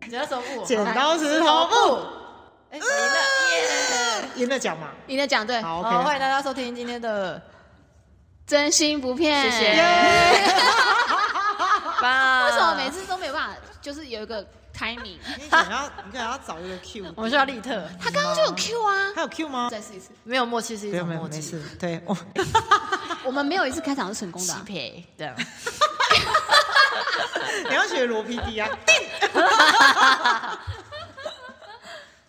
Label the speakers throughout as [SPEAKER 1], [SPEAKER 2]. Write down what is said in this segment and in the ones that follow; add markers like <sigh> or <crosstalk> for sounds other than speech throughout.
[SPEAKER 1] 剪刀手布，
[SPEAKER 2] 剪
[SPEAKER 1] 好
[SPEAKER 2] 刀
[SPEAKER 1] 来
[SPEAKER 2] 石头布，
[SPEAKER 1] 哎，赢了，耶！
[SPEAKER 2] 赢了奖嘛？
[SPEAKER 1] <laughs>
[SPEAKER 3] 赢了奖对，
[SPEAKER 2] 好
[SPEAKER 1] 好，欢
[SPEAKER 2] ，OK，
[SPEAKER 1] 迎大家收听今天的，
[SPEAKER 3] 真心不
[SPEAKER 4] 谢
[SPEAKER 3] 骗。
[SPEAKER 1] <laughs>
[SPEAKER 4] 谢
[SPEAKER 2] 耶！
[SPEAKER 4] 棒！
[SPEAKER 3] 为什么每次都没有办法，就是有一个 timing？
[SPEAKER 2] 你可能要，你可能要找一个 Q，
[SPEAKER 1] 我们需要利特，
[SPEAKER 3] 他刚刚就有 Q 啊。
[SPEAKER 2] 还有 Q 吗？
[SPEAKER 3] 再试一次，
[SPEAKER 1] 没有默契是一
[SPEAKER 2] 没有
[SPEAKER 1] 种
[SPEAKER 2] 没有
[SPEAKER 1] 默
[SPEAKER 2] 没
[SPEAKER 1] 契，
[SPEAKER 2] 事，对我 <laughs>
[SPEAKER 3] 我们没有一次开场是成功的啊、
[SPEAKER 1] 配这样。
[SPEAKER 2] 你要学罗 PD
[SPEAKER 3] <laughs>
[SPEAKER 2] 啊，定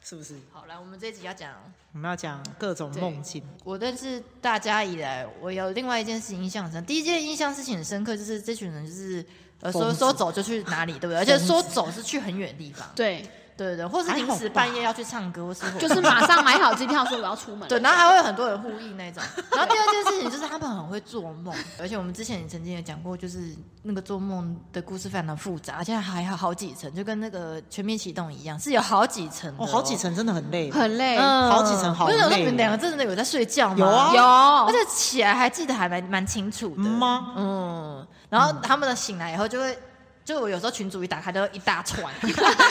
[SPEAKER 2] 是不是？
[SPEAKER 1] <laughs> 好，来，我们这一集要讲，
[SPEAKER 2] 我们要讲各种梦境，
[SPEAKER 1] 我认识大家以来，我有另外一件事情印象很深。第一件印象事情很深刻，就是这群人就是呃
[SPEAKER 2] 疯
[SPEAKER 1] 说
[SPEAKER 2] 子
[SPEAKER 1] 说走就去哪里，对不对？而且说走是去很远的地方，
[SPEAKER 3] 对，
[SPEAKER 1] 对对对，或是临时半夜要去唱歌，或是
[SPEAKER 3] 就
[SPEAKER 1] 就是
[SPEAKER 3] 马上买好机票说我要出门了。
[SPEAKER 1] 对，然后还会有很多人互应那
[SPEAKER 2] <laughs>
[SPEAKER 1] 种。然后第二件事情就是他们很会做梦，而且我们之前也曾经也讲过，就是那个做梦的故事非常的复杂，而且还有好几层，就跟那个《全面启动》一样，是有好几层的
[SPEAKER 2] 哦，好几，层真的很累，
[SPEAKER 3] 很累，
[SPEAKER 1] 嗯
[SPEAKER 2] 好几层好
[SPEAKER 1] 不是有时候
[SPEAKER 2] 累
[SPEAKER 1] 你们
[SPEAKER 2] 哦
[SPEAKER 1] 两个真的有在睡觉吗？
[SPEAKER 2] 有啊
[SPEAKER 3] 有，
[SPEAKER 1] 而且起来还记得还蛮蛮清楚的
[SPEAKER 2] 嗯吗？
[SPEAKER 1] 嗯，然后他们的醒来以后就会，就我有时候群主一打开都一大串，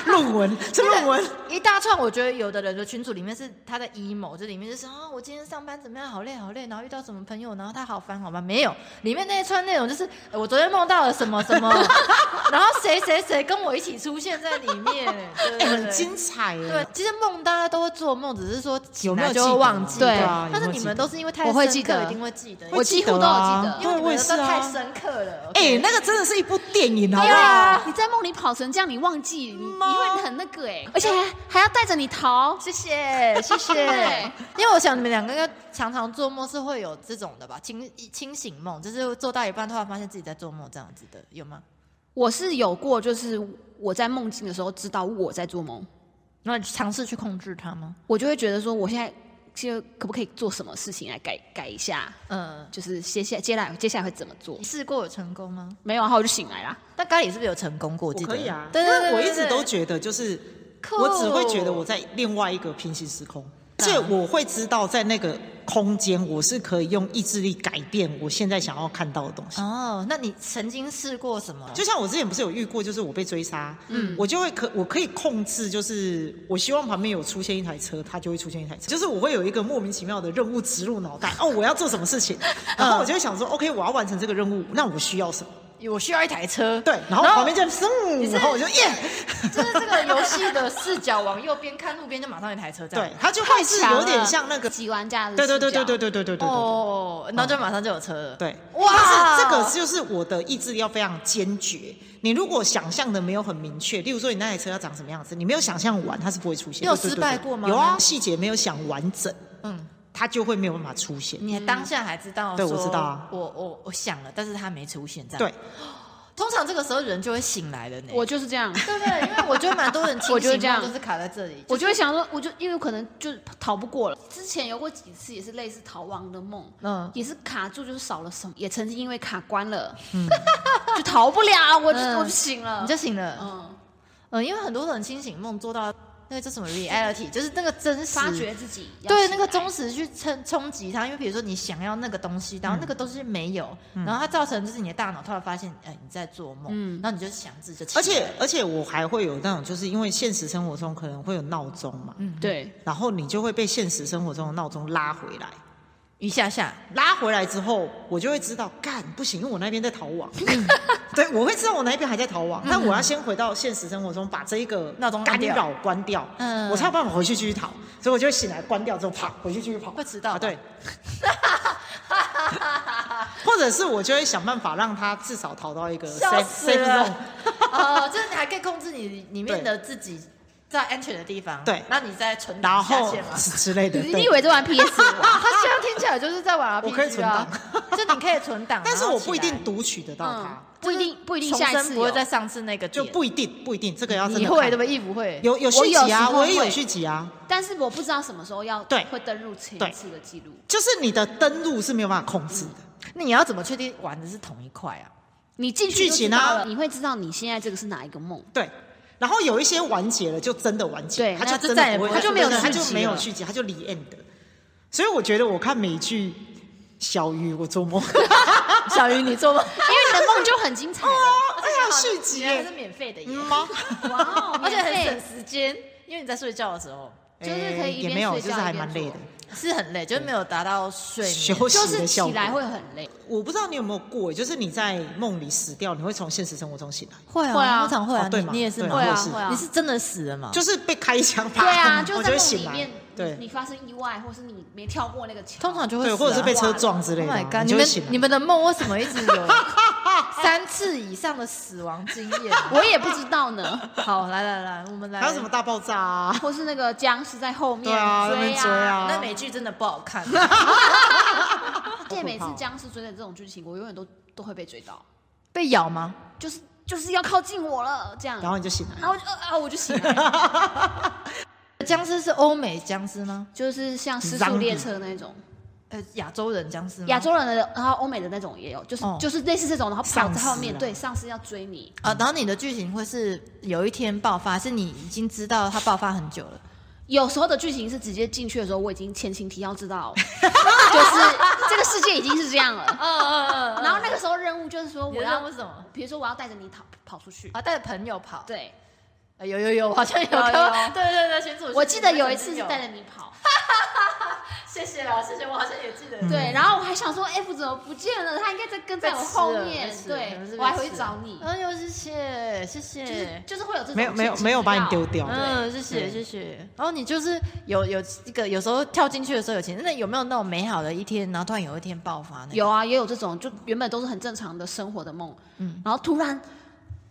[SPEAKER 2] 论文是论文，
[SPEAKER 1] 一大串。我觉得有的人的群组里面是他的 emo，这里面就是啊，我今天上班怎么样，好累好累，然后遇到什么朋友，然后他好烦好烦。没有，里面那一串内容就是呃我昨天梦到了什么什么， <laughs> 然后谁谁谁跟我一起出现在里面，对
[SPEAKER 2] 哎
[SPEAKER 1] 对
[SPEAKER 2] 很
[SPEAKER 1] 对。
[SPEAKER 2] 精彩耶。
[SPEAKER 1] 对，其实梦大家都会做梦，只是说
[SPEAKER 2] 有
[SPEAKER 1] 醒
[SPEAKER 2] 没有
[SPEAKER 1] 来就会忘记。
[SPEAKER 2] 记得
[SPEAKER 3] 啊对
[SPEAKER 2] 啊
[SPEAKER 1] 但是
[SPEAKER 2] 有没有记
[SPEAKER 1] 你
[SPEAKER 2] 得
[SPEAKER 1] 们都是因为太
[SPEAKER 3] 我会记
[SPEAKER 1] 深刻
[SPEAKER 3] 得
[SPEAKER 1] 一定会记得。
[SPEAKER 3] 我几乎都有记得
[SPEAKER 1] 因
[SPEAKER 2] 会啊
[SPEAKER 1] 为
[SPEAKER 2] 对，
[SPEAKER 1] 你
[SPEAKER 2] 我
[SPEAKER 1] 们
[SPEAKER 2] 也是
[SPEAKER 1] 都太
[SPEAKER 2] 啊。
[SPEAKER 1] 深刻了。
[SPEAKER 2] 哎，那个真的是一部电影，好不
[SPEAKER 3] 对
[SPEAKER 2] 好
[SPEAKER 3] 啊？，你在梦里跑成这样，你忘记，你你
[SPEAKER 2] 妈
[SPEAKER 3] 会很那个哎、而且还还要带着你逃。
[SPEAKER 1] 谢谢，谢
[SPEAKER 2] <laughs>
[SPEAKER 1] 谢
[SPEAKER 3] 对。
[SPEAKER 1] 因为我想你们两个应该常常做梦是会有这种的吧？清清醒梦，就是做到一半突然发现自己在做梦这样子的，有吗？
[SPEAKER 3] 我是有过，就是我在梦境的时候知道我在做梦，
[SPEAKER 1] 那尝试去控制它吗？
[SPEAKER 3] 我就会觉得说我现在就可不可以做什么事情来改改一下，
[SPEAKER 1] 嗯，
[SPEAKER 3] 就是接下接下来接下来会怎么做
[SPEAKER 1] 你？试过有成功吗？
[SPEAKER 3] 没有，然后我就醒来啦。
[SPEAKER 1] 那咖喱是不是有成功过？我
[SPEAKER 2] 我
[SPEAKER 1] 记得
[SPEAKER 2] 可以啊，
[SPEAKER 1] 对对对
[SPEAKER 2] 因为我一
[SPEAKER 1] 对
[SPEAKER 2] 直
[SPEAKER 1] 对
[SPEAKER 2] 都觉得就是。
[SPEAKER 1] 酷
[SPEAKER 2] 我只会觉得我在另外一个平行时空，
[SPEAKER 1] 嗯
[SPEAKER 2] 而且我会知道在那个空间，我是可以用意志力改变我现在想要看到的东西。
[SPEAKER 1] 哦，那你曾经试过什么？
[SPEAKER 2] 就像我之前不是有遇过，就是我被追杀，嗯，我就会可我可以控制，就是我希望旁边有出现一台车，它就会出现一台车，就是我会有一个莫名其妙的任务植入
[SPEAKER 1] <laughs>
[SPEAKER 2] 脑袋，哦，我要做什么事情，
[SPEAKER 1] 嗯
[SPEAKER 2] 然后我就会想说，OK，我要完成这个任务，那我需要什么？
[SPEAKER 1] 我需要一台车，
[SPEAKER 2] 对，然后旁边就嗯，然后我就耶，
[SPEAKER 1] <laughs> 就是这个游戏的视角往右边看，路边就马上一台车这样
[SPEAKER 2] 对，。它就会是有点像那个，
[SPEAKER 3] 集玩家的
[SPEAKER 2] 对对对对
[SPEAKER 3] 视角
[SPEAKER 2] 对对对对对对。
[SPEAKER 1] 哦，然后就马上就有车了。
[SPEAKER 2] 对，
[SPEAKER 1] 哇
[SPEAKER 2] 但是这个就是我的意志力要非常坚决。你如果想象的没有很明确，例如说你那台车要长什么样子，你没有想象完，它是不会出现。
[SPEAKER 1] 你有
[SPEAKER 2] 对对
[SPEAKER 1] 失
[SPEAKER 2] 对
[SPEAKER 1] 败
[SPEAKER 2] 对
[SPEAKER 1] 过吗
[SPEAKER 2] 有啊，细节没有想完整，
[SPEAKER 1] 嗯，
[SPEAKER 2] 它就会没有办法出现。
[SPEAKER 1] 你当下还知道说，
[SPEAKER 2] 对我知道啊
[SPEAKER 1] 我我我想了，但是啊他没出现，这样。
[SPEAKER 2] 对，
[SPEAKER 1] 通常这个时候人就会醒来了呢。
[SPEAKER 3] 我就是这样。
[SPEAKER 1] <laughs> 对不对？因 <laughs> 为我觉得蛮多人清
[SPEAKER 3] 我就是
[SPEAKER 1] 醒
[SPEAKER 3] 这样
[SPEAKER 1] 梦就是卡在这里。
[SPEAKER 3] 我就会想说，我就因为可能就逃不过了。之前有过几次也是类似逃亡的梦，
[SPEAKER 1] 嗯
[SPEAKER 3] 也是卡住，就是少了什么，也曾经因为卡关了，
[SPEAKER 2] 嗯
[SPEAKER 3] <laughs> 就逃不了，我就、
[SPEAKER 1] 嗯
[SPEAKER 3] 我就醒了，
[SPEAKER 1] 你就醒了，
[SPEAKER 3] 嗯，
[SPEAKER 1] 嗯，因为很多人清醒梦做到那个叫什么 <laughs> reality，就是那个真实
[SPEAKER 3] 发觉自己要
[SPEAKER 1] 对
[SPEAKER 3] 醒
[SPEAKER 1] 那个
[SPEAKER 3] 来
[SPEAKER 1] 忠实去冲冲击它，因为比如说你想要那个东西，然后那个东西没有，然后它造成就是你的大脑突然发现，哎、你在做梦，
[SPEAKER 3] 嗯
[SPEAKER 1] 然后你就强制就起来
[SPEAKER 2] 而且而且我还会有那种，就是因为现实生活中可能会有闹钟嘛，
[SPEAKER 1] 嗯
[SPEAKER 3] 对，
[SPEAKER 2] 然后你就会被现实生活中的闹钟拉回来。
[SPEAKER 1] 一下下，
[SPEAKER 2] 拉回来之后，我就会知道，干不行，因为我那边在逃
[SPEAKER 1] <laughs>
[SPEAKER 2] 亡。对，我会知道我那一边还在逃亡，但我要先回到现实生活中，把这一个
[SPEAKER 1] 闹钟嗯
[SPEAKER 2] 干
[SPEAKER 1] 按掉
[SPEAKER 2] 扰关掉，
[SPEAKER 1] 嗯
[SPEAKER 2] 我才有办法回去继续逃。所以我就醒来关掉之后，跑回去继续跑，
[SPEAKER 1] 会迟到吧
[SPEAKER 2] 啊
[SPEAKER 1] <laughs>
[SPEAKER 2] 对，或者是我就会想办法让他至少逃到一个
[SPEAKER 1] 笑
[SPEAKER 2] safe
[SPEAKER 1] 死
[SPEAKER 2] safe
[SPEAKER 1] <laughs>
[SPEAKER 2] zone
[SPEAKER 1] 了。哦，就是你还可以控制你里面的自己在安全的地方，
[SPEAKER 2] 对
[SPEAKER 1] 那你再存
[SPEAKER 2] 然
[SPEAKER 1] 档下
[SPEAKER 2] 后
[SPEAKER 1] 线嘛。
[SPEAKER 2] 之之类的。
[SPEAKER 3] 你
[SPEAKER 2] 对
[SPEAKER 3] 你以为在玩 PS
[SPEAKER 2] <laughs>
[SPEAKER 1] 啊，他现在听起来就是在 <laughs> 玩 RPG 啊，
[SPEAKER 2] 我可以存档
[SPEAKER 1] 就你可以存 <laughs> 档，
[SPEAKER 2] 但是
[SPEAKER 1] 然后
[SPEAKER 2] 我
[SPEAKER 1] 起来
[SPEAKER 2] 不一定读取得到
[SPEAKER 3] 嗯
[SPEAKER 2] 他，，
[SPEAKER 3] 不一定不一定
[SPEAKER 1] 重
[SPEAKER 3] 下一
[SPEAKER 1] 生
[SPEAKER 3] 次
[SPEAKER 1] 不会
[SPEAKER 3] 有
[SPEAKER 1] 在上次那个
[SPEAKER 2] 就
[SPEAKER 1] 点
[SPEAKER 2] 不一定，不一定，这个要真的
[SPEAKER 1] 你会
[SPEAKER 2] 看
[SPEAKER 1] 对不对？亦不会，
[SPEAKER 2] 有有
[SPEAKER 3] 我
[SPEAKER 2] 续
[SPEAKER 3] 有
[SPEAKER 2] 集啊，
[SPEAKER 3] 时候
[SPEAKER 2] 我也有
[SPEAKER 3] 会
[SPEAKER 2] 续集啊。
[SPEAKER 3] 但是我不知道什么时候要
[SPEAKER 2] 对
[SPEAKER 3] 会登录前
[SPEAKER 2] 对
[SPEAKER 3] 一次的记录，
[SPEAKER 2] 就是你的登录是没有办法控制
[SPEAKER 3] 嗯
[SPEAKER 2] 的，
[SPEAKER 1] 那你要怎么确定玩的是同一块啊？
[SPEAKER 3] 你进去
[SPEAKER 2] 剧
[SPEAKER 3] 就知
[SPEAKER 2] 情
[SPEAKER 3] 道
[SPEAKER 2] 啊
[SPEAKER 3] 了，你会知道你现在这个是哪一个梦。
[SPEAKER 2] 对。然后有一些完结了，就真的完结，
[SPEAKER 3] 对
[SPEAKER 2] 他
[SPEAKER 3] 那
[SPEAKER 1] 就
[SPEAKER 2] 真
[SPEAKER 1] 再也
[SPEAKER 2] 的不会，
[SPEAKER 1] 不会
[SPEAKER 2] 就没有
[SPEAKER 1] 对
[SPEAKER 2] 他
[SPEAKER 1] 续集
[SPEAKER 2] 就没有
[SPEAKER 1] 了
[SPEAKER 2] 续集，他就离 end 了。所以我觉得我看美剧《小鱼》，我做梦，
[SPEAKER 1] <laughs>
[SPEAKER 3] <laughs>
[SPEAKER 1] 小鱼，你做梦， <laughs>
[SPEAKER 3] 因为你的梦就很精彩了，而且
[SPEAKER 2] 有续集
[SPEAKER 1] 原来它
[SPEAKER 2] 耶
[SPEAKER 1] 是免费的耶，
[SPEAKER 2] 嗯
[SPEAKER 1] <laughs>
[SPEAKER 2] 吗？
[SPEAKER 3] 哇哦，
[SPEAKER 1] 而且很
[SPEAKER 3] 免
[SPEAKER 1] 省
[SPEAKER 3] 费
[SPEAKER 1] 时间，因为你在睡觉的时候
[SPEAKER 3] 就是可以一边
[SPEAKER 2] 哎也没有，
[SPEAKER 3] 睡
[SPEAKER 2] 就
[SPEAKER 3] 觉
[SPEAKER 2] 是还
[SPEAKER 3] 一边
[SPEAKER 2] 蛮累的
[SPEAKER 3] 做。
[SPEAKER 1] 是很累，就是没有达到睡眠。
[SPEAKER 2] 休
[SPEAKER 3] 就
[SPEAKER 2] 息
[SPEAKER 3] 是
[SPEAKER 2] 的效
[SPEAKER 3] 起
[SPEAKER 2] 果。
[SPEAKER 3] 来会很累，
[SPEAKER 2] 我不知道你有没有过，就是你在梦里死掉，你会从现实生活中醒来，
[SPEAKER 1] 会啊，
[SPEAKER 3] 会啊
[SPEAKER 1] 通常会啊，
[SPEAKER 2] 哦对
[SPEAKER 1] 你
[SPEAKER 2] 嘛
[SPEAKER 1] 你也是
[SPEAKER 2] 对
[SPEAKER 1] 吗
[SPEAKER 2] 嘛
[SPEAKER 3] 会？啊
[SPEAKER 2] 我是
[SPEAKER 3] 会啊，
[SPEAKER 1] 你是真的死了吗？
[SPEAKER 2] 就是被开枪啪，
[SPEAKER 3] 对
[SPEAKER 2] <laughs>
[SPEAKER 3] 啊，
[SPEAKER 2] 砰
[SPEAKER 3] 就是
[SPEAKER 2] 我
[SPEAKER 3] 在
[SPEAKER 2] 就会
[SPEAKER 3] 梦
[SPEAKER 2] 醒
[SPEAKER 3] 里
[SPEAKER 2] 来
[SPEAKER 3] 面，，
[SPEAKER 2] 对
[SPEAKER 3] 你发生意外，或是你没跳过那个桥，
[SPEAKER 1] 通常就会死
[SPEAKER 2] 对，
[SPEAKER 1] 啊
[SPEAKER 2] 或者是被车撞之
[SPEAKER 1] Oh
[SPEAKER 2] 类的
[SPEAKER 1] my
[SPEAKER 2] 啊，
[SPEAKER 1] god！你
[SPEAKER 2] 就会
[SPEAKER 1] 们
[SPEAKER 2] 醒来
[SPEAKER 1] 你们的梦为什么一直
[SPEAKER 2] <laughs>
[SPEAKER 1] 有三次以上的死亡经验
[SPEAKER 2] <laughs>
[SPEAKER 1] 啊？
[SPEAKER 3] 我也不知道呢，
[SPEAKER 1] 好，来来来，我们来。
[SPEAKER 2] 还有什么？大爆炸啊？
[SPEAKER 3] 或是那个僵尸在后面
[SPEAKER 2] 对啊，那边追
[SPEAKER 3] 啊，
[SPEAKER 2] 啊，
[SPEAKER 1] 那美剧真的不好看。
[SPEAKER 3] 而且每次僵尸追的这种剧情，我永远都都会被追到，
[SPEAKER 1] 被咬吗？
[SPEAKER 3] 就是就是要靠近我了这样，
[SPEAKER 2] 然后你就醒来。
[SPEAKER 3] 然后我就呃啊我就醒
[SPEAKER 2] <laughs>
[SPEAKER 3] 来，
[SPEAKER 1] 僵尸是欧美僵尸吗？
[SPEAKER 3] 就是像失速列车那种，
[SPEAKER 1] 呃，亚洲人僵尸吗？
[SPEAKER 3] 亚洲人的，然后欧美的那种也有，就是
[SPEAKER 1] 哦
[SPEAKER 3] 就是类似这种，然后跑在后
[SPEAKER 2] 丧尸啊
[SPEAKER 3] 面，
[SPEAKER 2] 啦
[SPEAKER 3] 对，丧尸要追你，
[SPEAKER 1] 啊，然后你的剧情会是有一天爆发，是你已经知道它爆发很久了。
[SPEAKER 3] 有时候的剧情是直接进去的时候，我已经前情提要知道， <laughs> 就是这个世界已经是这样了。
[SPEAKER 1] 嗯 <laughs> 嗯
[SPEAKER 3] 哦然后那个时候任务就是说，
[SPEAKER 1] 你的
[SPEAKER 3] 我要
[SPEAKER 1] 任务是什么？
[SPEAKER 3] 比如说我要带着你跑跑出去。
[SPEAKER 1] 啊，带着朋友跑。
[SPEAKER 3] 对，
[SPEAKER 1] 呃，有有有，好像有
[SPEAKER 3] 有有
[SPEAKER 1] 看。对对对，群主。
[SPEAKER 3] 我记得有一次是带
[SPEAKER 1] 着。
[SPEAKER 3] 着你跑，
[SPEAKER 1] 谢谢啦，谢谢，我好像也记得。
[SPEAKER 2] 嗯
[SPEAKER 3] 对，然后我还想说 F 怎么不见了？他应该在跟在我后面
[SPEAKER 1] 被吃，了被吃了可
[SPEAKER 3] 对
[SPEAKER 1] 能是被
[SPEAKER 3] 我还回
[SPEAKER 1] 吃
[SPEAKER 3] 去
[SPEAKER 1] 了
[SPEAKER 3] 找你，
[SPEAKER 1] 哎呦，谢谢，谢
[SPEAKER 3] 就是
[SPEAKER 1] 谢。
[SPEAKER 3] 就是会有这种
[SPEAKER 2] 没有没有
[SPEAKER 3] 前情
[SPEAKER 2] 没有把你
[SPEAKER 3] 提要
[SPEAKER 2] 丢掉，
[SPEAKER 1] 嗯，谢谢谢谢。然后你就是有有一个，有时候跳进去的时候有钱，那有没有那种美好的一天，然后突然有一天爆发呢？
[SPEAKER 3] 有啊，也有这种，就原本都是很正常的生活的梦，嗯，然后突然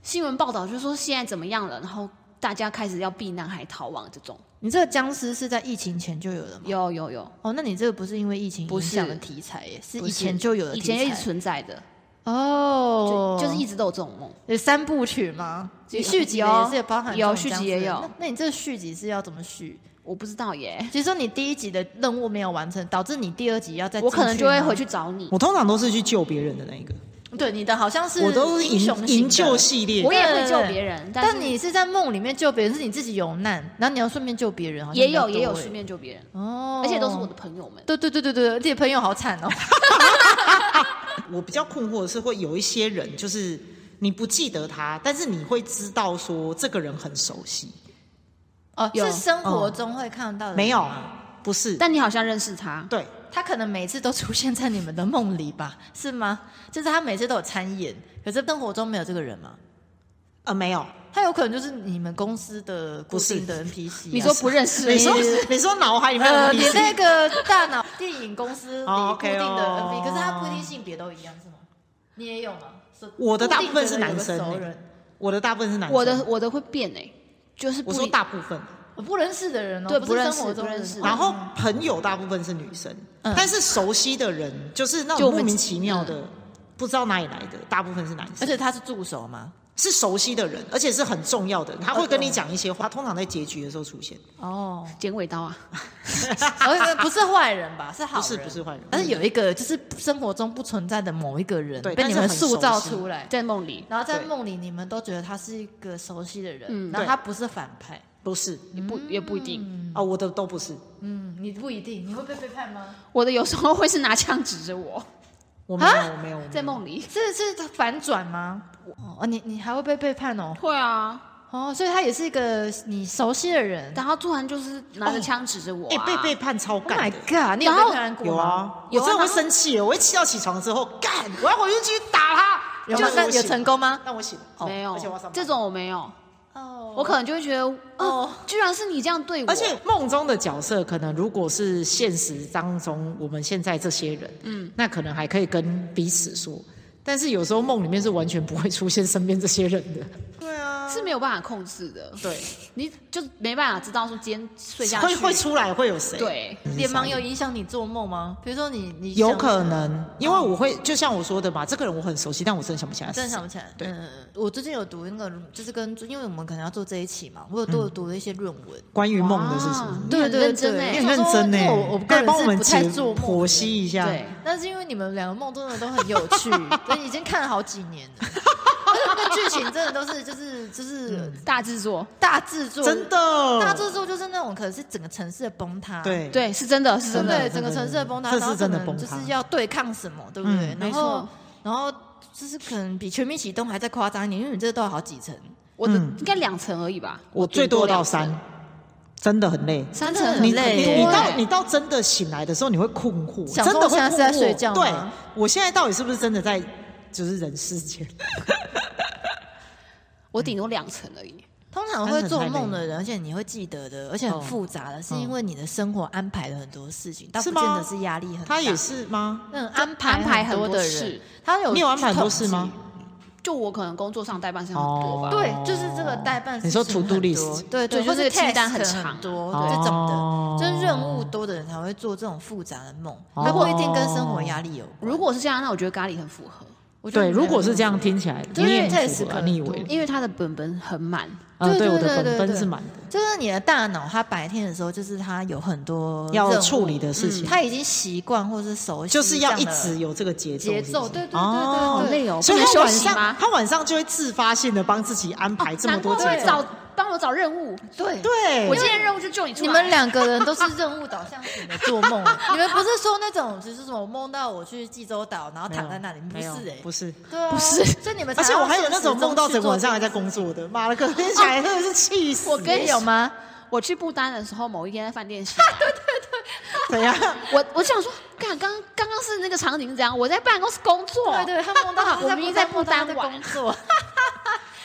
[SPEAKER 3] 新闻报道就说现在怎么样了，然后大家开始要避难还逃亡这种，
[SPEAKER 1] 你这个僵尸是在疫情前就有的吗？
[SPEAKER 3] 有有有，
[SPEAKER 1] 哦，那你这个不是因为疫情
[SPEAKER 3] 不
[SPEAKER 1] 影
[SPEAKER 3] 是
[SPEAKER 1] 响的题材耶，是
[SPEAKER 3] 不
[SPEAKER 1] 以
[SPEAKER 3] 是
[SPEAKER 1] 前就有的
[SPEAKER 3] 以
[SPEAKER 1] 题材，
[SPEAKER 3] 前就一直存在的，
[SPEAKER 1] 哦
[SPEAKER 3] 就，就是一直都有这种梦。
[SPEAKER 1] 有三部曲吗？
[SPEAKER 3] 有
[SPEAKER 1] 你续集的
[SPEAKER 3] 有
[SPEAKER 1] 也是有包含
[SPEAKER 3] 有
[SPEAKER 1] 这种僵尸
[SPEAKER 3] 续集也
[SPEAKER 1] 的
[SPEAKER 3] 有
[SPEAKER 1] 那那你这个续集是要怎么续？
[SPEAKER 3] 我不知道耶，
[SPEAKER 1] 其实说你第一集的任务没有完成，导致你第二集要再
[SPEAKER 3] 我可能
[SPEAKER 1] 进去
[SPEAKER 3] 就会
[SPEAKER 1] 吗
[SPEAKER 3] 回。去找你。
[SPEAKER 2] 我通常都是去救别人的那一个，
[SPEAKER 1] 对，你的好像是
[SPEAKER 2] 我都是
[SPEAKER 1] 英雄
[SPEAKER 2] 营
[SPEAKER 1] 型
[SPEAKER 2] 营
[SPEAKER 1] 的
[SPEAKER 2] 救系列
[SPEAKER 3] 我。也
[SPEAKER 1] 对
[SPEAKER 3] 会
[SPEAKER 1] 对
[SPEAKER 3] 救
[SPEAKER 1] 对
[SPEAKER 3] 别人，但
[SPEAKER 1] 但
[SPEAKER 3] 是
[SPEAKER 1] 你是在梦里面救别人，是你自己有难，然后你要顺便救别人，好像
[SPEAKER 3] 也
[SPEAKER 1] 比
[SPEAKER 3] 有
[SPEAKER 1] 较
[SPEAKER 3] 也有
[SPEAKER 1] 多欸
[SPEAKER 3] 顺便救别人，
[SPEAKER 1] 哦，
[SPEAKER 3] 而且都是我的。朋友们。
[SPEAKER 1] 对对对对对，而且朋友好惨哦。
[SPEAKER 2] 我比较困惑的是，会有一些人就是你不记得他，但是你会知道说这个人很熟悉。
[SPEAKER 1] <laughs> 哦，
[SPEAKER 3] 有
[SPEAKER 1] 是生活中会看到的、
[SPEAKER 2] 哦没有，不是，
[SPEAKER 3] 但你好像认识他，
[SPEAKER 2] 对，
[SPEAKER 1] 他可能每次都出现在你们的梦里吧？是吗？就是他每次都有参演，可是生活中没有这个人嘛？
[SPEAKER 2] 呃，没有。
[SPEAKER 1] 他有可能就是你们公司的固定的 NPC 啊、
[SPEAKER 3] 你说不认识
[SPEAKER 2] 你
[SPEAKER 3] 你
[SPEAKER 2] 说 <laughs> 你说脑海里
[SPEAKER 1] <laughs>
[SPEAKER 2] 面
[SPEAKER 1] 呃，
[SPEAKER 2] 有
[SPEAKER 1] 你
[SPEAKER 2] NPC
[SPEAKER 1] 那个大脑电影公司里
[SPEAKER 2] 哦
[SPEAKER 1] 固定
[SPEAKER 2] ，OK
[SPEAKER 1] 的
[SPEAKER 2] 哦
[SPEAKER 1] NPC，、可是他不一定性别都一样是吗？你也有吗？是
[SPEAKER 2] 我的大
[SPEAKER 1] 固定
[SPEAKER 2] 部分是
[SPEAKER 1] 觉得有
[SPEAKER 2] 男
[SPEAKER 1] 个
[SPEAKER 2] 生
[SPEAKER 1] 熟
[SPEAKER 2] 欸
[SPEAKER 1] 人
[SPEAKER 2] 我的大部分是男生，
[SPEAKER 3] 我的我的会变哎、就是不
[SPEAKER 2] 我说
[SPEAKER 3] 一
[SPEAKER 2] 大部分，
[SPEAKER 1] 我不认识的人哦，
[SPEAKER 3] 对
[SPEAKER 1] 不
[SPEAKER 3] 不
[SPEAKER 1] 是
[SPEAKER 3] 认
[SPEAKER 1] 生活
[SPEAKER 3] 识
[SPEAKER 1] 中的
[SPEAKER 3] 不认
[SPEAKER 1] 人
[SPEAKER 3] 识
[SPEAKER 2] 然后朋友大部分是女生，
[SPEAKER 1] 嗯
[SPEAKER 2] 但是熟悉的人就是那
[SPEAKER 3] 就
[SPEAKER 2] 种
[SPEAKER 3] 我们
[SPEAKER 2] 莫名其妙的，不知道哪里来的，大部分是男生，
[SPEAKER 1] 而且他是助手嘛，
[SPEAKER 2] 是熟悉的人，而且是很重要的人，他
[SPEAKER 1] 哦
[SPEAKER 2] 会跟
[SPEAKER 1] 对
[SPEAKER 2] 你讲一些话，通常在结局的时候出现， <laughs>
[SPEAKER 1] 哦，
[SPEAKER 3] 剪尾刀啊，
[SPEAKER 1] 而不是坏人吧，是好人，
[SPEAKER 2] 不是不是坏人
[SPEAKER 1] 但是有一个就是生活中不存在的某一个人
[SPEAKER 2] 对
[SPEAKER 1] 被你们
[SPEAKER 2] 但是很
[SPEAKER 1] 塑造
[SPEAKER 2] 熟悉
[SPEAKER 1] 出来，
[SPEAKER 3] 在梦里，
[SPEAKER 1] 然后在
[SPEAKER 2] 对
[SPEAKER 1] 梦里你们都觉得他是一个熟悉的人，
[SPEAKER 3] 嗯
[SPEAKER 1] 然后
[SPEAKER 2] 对
[SPEAKER 1] 他不是反派，
[SPEAKER 2] 不是
[SPEAKER 3] 也不也不一定。
[SPEAKER 2] 啊，我的都不是，
[SPEAKER 1] 嗯，你不一定，你会被背叛吗？
[SPEAKER 3] 我的有时候会是拿枪指着我，
[SPEAKER 2] 我没有我没有，我没有
[SPEAKER 3] 在梦里。
[SPEAKER 1] 这是反转吗？哦，你你还会被背叛哦，
[SPEAKER 3] 会啊，
[SPEAKER 1] 哦，所以他也是一个你熟悉的人。
[SPEAKER 3] 然后突然就是拿
[SPEAKER 1] 哦
[SPEAKER 3] 着枪指着我、
[SPEAKER 2] 哎
[SPEAKER 3] 啊
[SPEAKER 2] 被背叛超
[SPEAKER 1] Oh my
[SPEAKER 2] 干的。
[SPEAKER 1] Oh god！你有被
[SPEAKER 3] 然后
[SPEAKER 1] 背叛过吗？
[SPEAKER 2] 有啊，
[SPEAKER 3] 有
[SPEAKER 2] 我
[SPEAKER 3] 啊
[SPEAKER 2] 真的会
[SPEAKER 3] 然后
[SPEAKER 2] 生气，我会气到起床之后，干，我要回去继续打他。
[SPEAKER 1] 有
[SPEAKER 2] 就
[SPEAKER 1] 吗
[SPEAKER 2] 是
[SPEAKER 1] 那
[SPEAKER 2] 我
[SPEAKER 1] 有
[SPEAKER 2] 醒
[SPEAKER 1] 成功吗？
[SPEAKER 2] 那我醒了，
[SPEAKER 3] 啊没有
[SPEAKER 2] 而且我要上班
[SPEAKER 3] 这种哦我没有，
[SPEAKER 1] 哦
[SPEAKER 3] 我可能就会觉得哦
[SPEAKER 1] 哦，
[SPEAKER 3] 居然是你这样对我，
[SPEAKER 2] 而且梦中的角色，可能如果是现实当中我们现在这些人，嗯，那可能还可以跟彼此说。但是有时候梦里面是完全不会出现身边这些人的，
[SPEAKER 1] 对啊，
[SPEAKER 3] 是没有办法控制的，
[SPEAKER 2] 对，
[SPEAKER 3] 你就没办法知道说今天睡下去
[SPEAKER 2] 会会出来会有谁？，
[SPEAKER 3] 对，
[SPEAKER 1] 脸盲有影响你做梦吗？比如说你你
[SPEAKER 2] 有
[SPEAKER 1] 想
[SPEAKER 2] 可能，因为我会就像我说的嘛，这个人我很熟悉，但我真的想不起来
[SPEAKER 1] 我
[SPEAKER 2] 是谁。
[SPEAKER 1] 真的想不起来。
[SPEAKER 2] 对
[SPEAKER 1] 嗯，我最近有读那个，就是跟因为我们可能要做这一期嘛，我有都
[SPEAKER 2] 嗯
[SPEAKER 1] 有读了一些论文。
[SPEAKER 2] 关于梦的，是不是？
[SPEAKER 3] 哇
[SPEAKER 1] 对
[SPEAKER 3] 你很
[SPEAKER 1] 对
[SPEAKER 3] 认真
[SPEAKER 1] 对
[SPEAKER 2] 你
[SPEAKER 3] 哎
[SPEAKER 1] 因
[SPEAKER 2] 很
[SPEAKER 1] 为，
[SPEAKER 2] 认真呢
[SPEAKER 1] 因为我我，个
[SPEAKER 2] 该
[SPEAKER 1] 人
[SPEAKER 2] 帮我们
[SPEAKER 1] 是不
[SPEAKER 2] 解
[SPEAKER 1] 太做梦的
[SPEAKER 2] 剖析一下。
[SPEAKER 3] 对，
[SPEAKER 1] 但是因为你们两个梦真的都很有
[SPEAKER 2] <laughs>
[SPEAKER 1] 趣，所以已经看了好几年了。 <laughs> 那剧情真的都是就是
[SPEAKER 2] 嗯
[SPEAKER 1] 就是
[SPEAKER 3] 大制作，
[SPEAKER 1] 大制作，
[SPEAKER 2] 真的，
[SPEAKER 1] 大制作就是那种可能是整个城市的崩塌，
[SPEAKER 2] 对，
[SPEAKER 3] 对，是真的，是真
[SPEAKER 1] 对
[SPEAKER 3] 的，
[SPEAKER 1] 整个城市的崩塌，
[SPEAKER 2] 这
[SPEAKER 1] 然后
[SPEAKER 2] 是真的
[SPEAKER 1] 可能
[SPEAKER 2] 崩塌
[SPEAKER 1] 就是要对抗什么，对不对？
[SPEAKER 2] 嗯
[SPEAKER 1] 然
[SPEAKER 3] 没
[SPEAKER 1] 后
[SPEAKER 3] 错
[SPEAKER 1] 然后就是可能比全民启动还再夸张一点，因为你这个都有好几层，
[SPEAKER 3] 我的
[SPEAKER 2] 嗯
[SPEAKER 3] 应该两层而已吧，
[SPEAKER 2] 我最多到三，真的很累。
[SPEAKER 3] 三
[SPEAKER 1] 真
[SPEAKER 3] 层
[SPEAKER 1] 的很
[SPEAKER 2] 你
[SPEAKER 1] 累
[SPEAKER 2] 你
[SPEAKER 1] 耶
[SPEAKER 2] 你
[SPEAKER 3] 多
[SPEAKER 2] 到
[SPEAKER 3] 欸
[SPEAKER 2] 你到真的醒来的时候，你会困惑，
[SPEAKER 1] 想
[SPEAKER 2] 真
[SPEAKER 1] 说
[SPEAKER 2] 的
[SPEAKER 1] 我
[SPEAKER 2] 会
[SPEAKER 1] 现在是
[SPEAKER 2] 困
[SPEAKER 1] 在
[SPEAKER 2] 惑
[SPEAKER 1] 睡觉
[SPEAKER 2] 对
[SPEAKER 1] 吗，
[SPEAKER 2] 我现在到底是不是真的在就是人
[SPEAKER 1] <laughs>
[SPEAKER 2] 世间？
[SPEAKER 3] 我顶多两层而已。
[SPEAKER 1] 通常会做梦的人，而且你会记得的，而且很复杂的，是因为你的生活安排了很多事情，倒不
[SPEAKER 2] 是
[SPEAKER 1] 见
[SPEAKER 2] 吗
[SPEAKER 1] 得是压力很大。
[SPEAKER 2] 他也是吗？
[SPEAKER 1] 嗯，安排
[SPEAKER 3] 安排
[SPEAKER 1] 很
[SPEAKER 3] 很多
[SPEAKER 1] 的人
[SPEAKER 3] 事，
[SPEAKER 1] 他有
[SPEAKER 2] 你有安
[SPEAKER 1] 去
[SPEAKER 2] 排很多
[SPEAKER 1] 统
[SPEAKER 2] 事
[SPEAKER 1] 计
[SPEAKER 2] 吗？
[SPEAKER 3] 就我可能工作上代办事很多吧，
[SPEAKER 1] 对，就是这个代办事
[SPEAKER 2] 哦你说
[SPEAKER 1] 情
[SPEAKER 2] to do
[SPEAKER 1] 很
[SPEAKER 2] list
[SPEAKER 1] 多对对，
[SPEAKER 3] 对就
[SPEAKER 1] 或
[SPEAKER 3] 是
[SPEAKER 1] 是
[SPEAKER 3] 清单
[SPEAKER 1] task
[SPEAKER 3] 很长
[SPEAKER 1] 多
[SPEAKER 2] 哦
[SPEAKER 1] 这种的，就是任务多的人才会做这种复杂的梦，
[SPEAKER 2] 哦
[SPEAKER 1] 它不一定跟生活压力有关。
[SPEAKER 3] 如果是这样，那我觉得咖喱很符合，
[SPEAKER 1] 我觉得
[SPEAKER 2] 对，
[SPEAKER 1] 你
[SPEAKER 2] 如
[SPEAKER 1] 还
[SPEAKER 2] 果
[SPEAKER 1] 蛮
[SPEAKER 2] 是这样听起来，
[SPEAKER 1] 对
[SPEAKER 2] 你也很
[SPEAKER 1] test
[SPEAKER 2] 符合啊
[SPEAKER 1] 可能
[SPEAKER 2] 你以为
[SPEAKER 1] 多？
[SPEAKER 3] 因为它的本本很满，
[SPEAKER 2] 啊，
[SPEAKER 1] 对
[SPEAKER 2] 对，我
[SPEAKER 1] 对对
[SPEAKER 2] 的本
[SPEAKER 1] 对
[SPEAKER 2] 分是满的，
[SPEAKER 1] 就是你的大脑，它白天的时候，就是它有很多
[SPEAKER 2] 要
[SPEAKER 1] 任务
[SPEAKER 2] 处理的事
[SPEAKER 1] 嗯
[SPEAKER 2] 情，
[SPEAKER 1] 它已经习惯或是熟悉，
[SPEAKER 2] 就是要一直有这个节奏，
[SPEAKER 1] 节
[SPEAKER 2] 是不
[SPEAKER 1] 奏，
[SPEAKER 2] 是
[SPEAKER 1] 对对对对对，
[SPEAKER 2] 哦
[SPEAKER 3] 好累哦，
[SPEAKER 2] 所以
[SPEAKER 3] 不
[SPEAKER 2] 他
[SPEAKER 3] 能休
[SPEAKER 2] 晚
[SPEAKER 3] 息
[SPEAKER 2] 上
[SPEAKER 3] 吗？
[SPEAKER 2] 他晚上就会自发性的帮自己安排这么
[SPEAKER 3] 难
[SPEAKER 2] 多
[SPEAKER 3] 怪
[SPEAKER 2] 节
[SPEAKER 3] 我会
[SPEAKER 2] 奏，
[SPEAKER 3] 找帮我找任务，
[SPEAKER 1] 对
[SPEAKER 2] 对，
[SPEAKER 3] 我今天任务就救你出来。
[SPEAKER 1] 你们两个人都是任务导向型
[SPEAKER 2] <laughs>
[SPEAKER 1] 的做梦，你们不是说那种只是什么我梦到我去济州岛，然后 <laughs> 躺在那里，不
[SPEAKER 2] 没
[SPEAKER 1] 是
[SPEAKER 2] 有
[SPEAKER 1] 哎、
[SPEAKER 2] 不是。
[SPEAKER 1] 对啊，
[SPEAKER 3] 不是
[SPEAKER 1] 所以你们才
[SPEAKER 2] 而且我还有
[SPEAKER 1] 要
[SPEAKER 2] 那种梦到整个晚上还在
[SPEAKER 1] 现实中去
[SPEAKER 2] 工作的，妈了个天起来真的是气死！
[SPEAKER 3] 我跟
[SPEAKER 1] 做这个，
[SPEAKER 3] 你
[SPEAKER 1] 也有吗？
[SPEAKER 3] 我去不丹的时候，某一天在
[SPEAKER 2] <laughs>
[SPEAKER 3] 饭店洗，
[SPEAKER 2] 怎样？
[SPEAKER 3] 我我想说，干刚刚刚是那个场景是怎样？我在办公室工作，
[SPEAKER 1] 对对，他梦到
[SPEAKER 3] 我明明在不丹玩
[SPEAKER 1] 工作。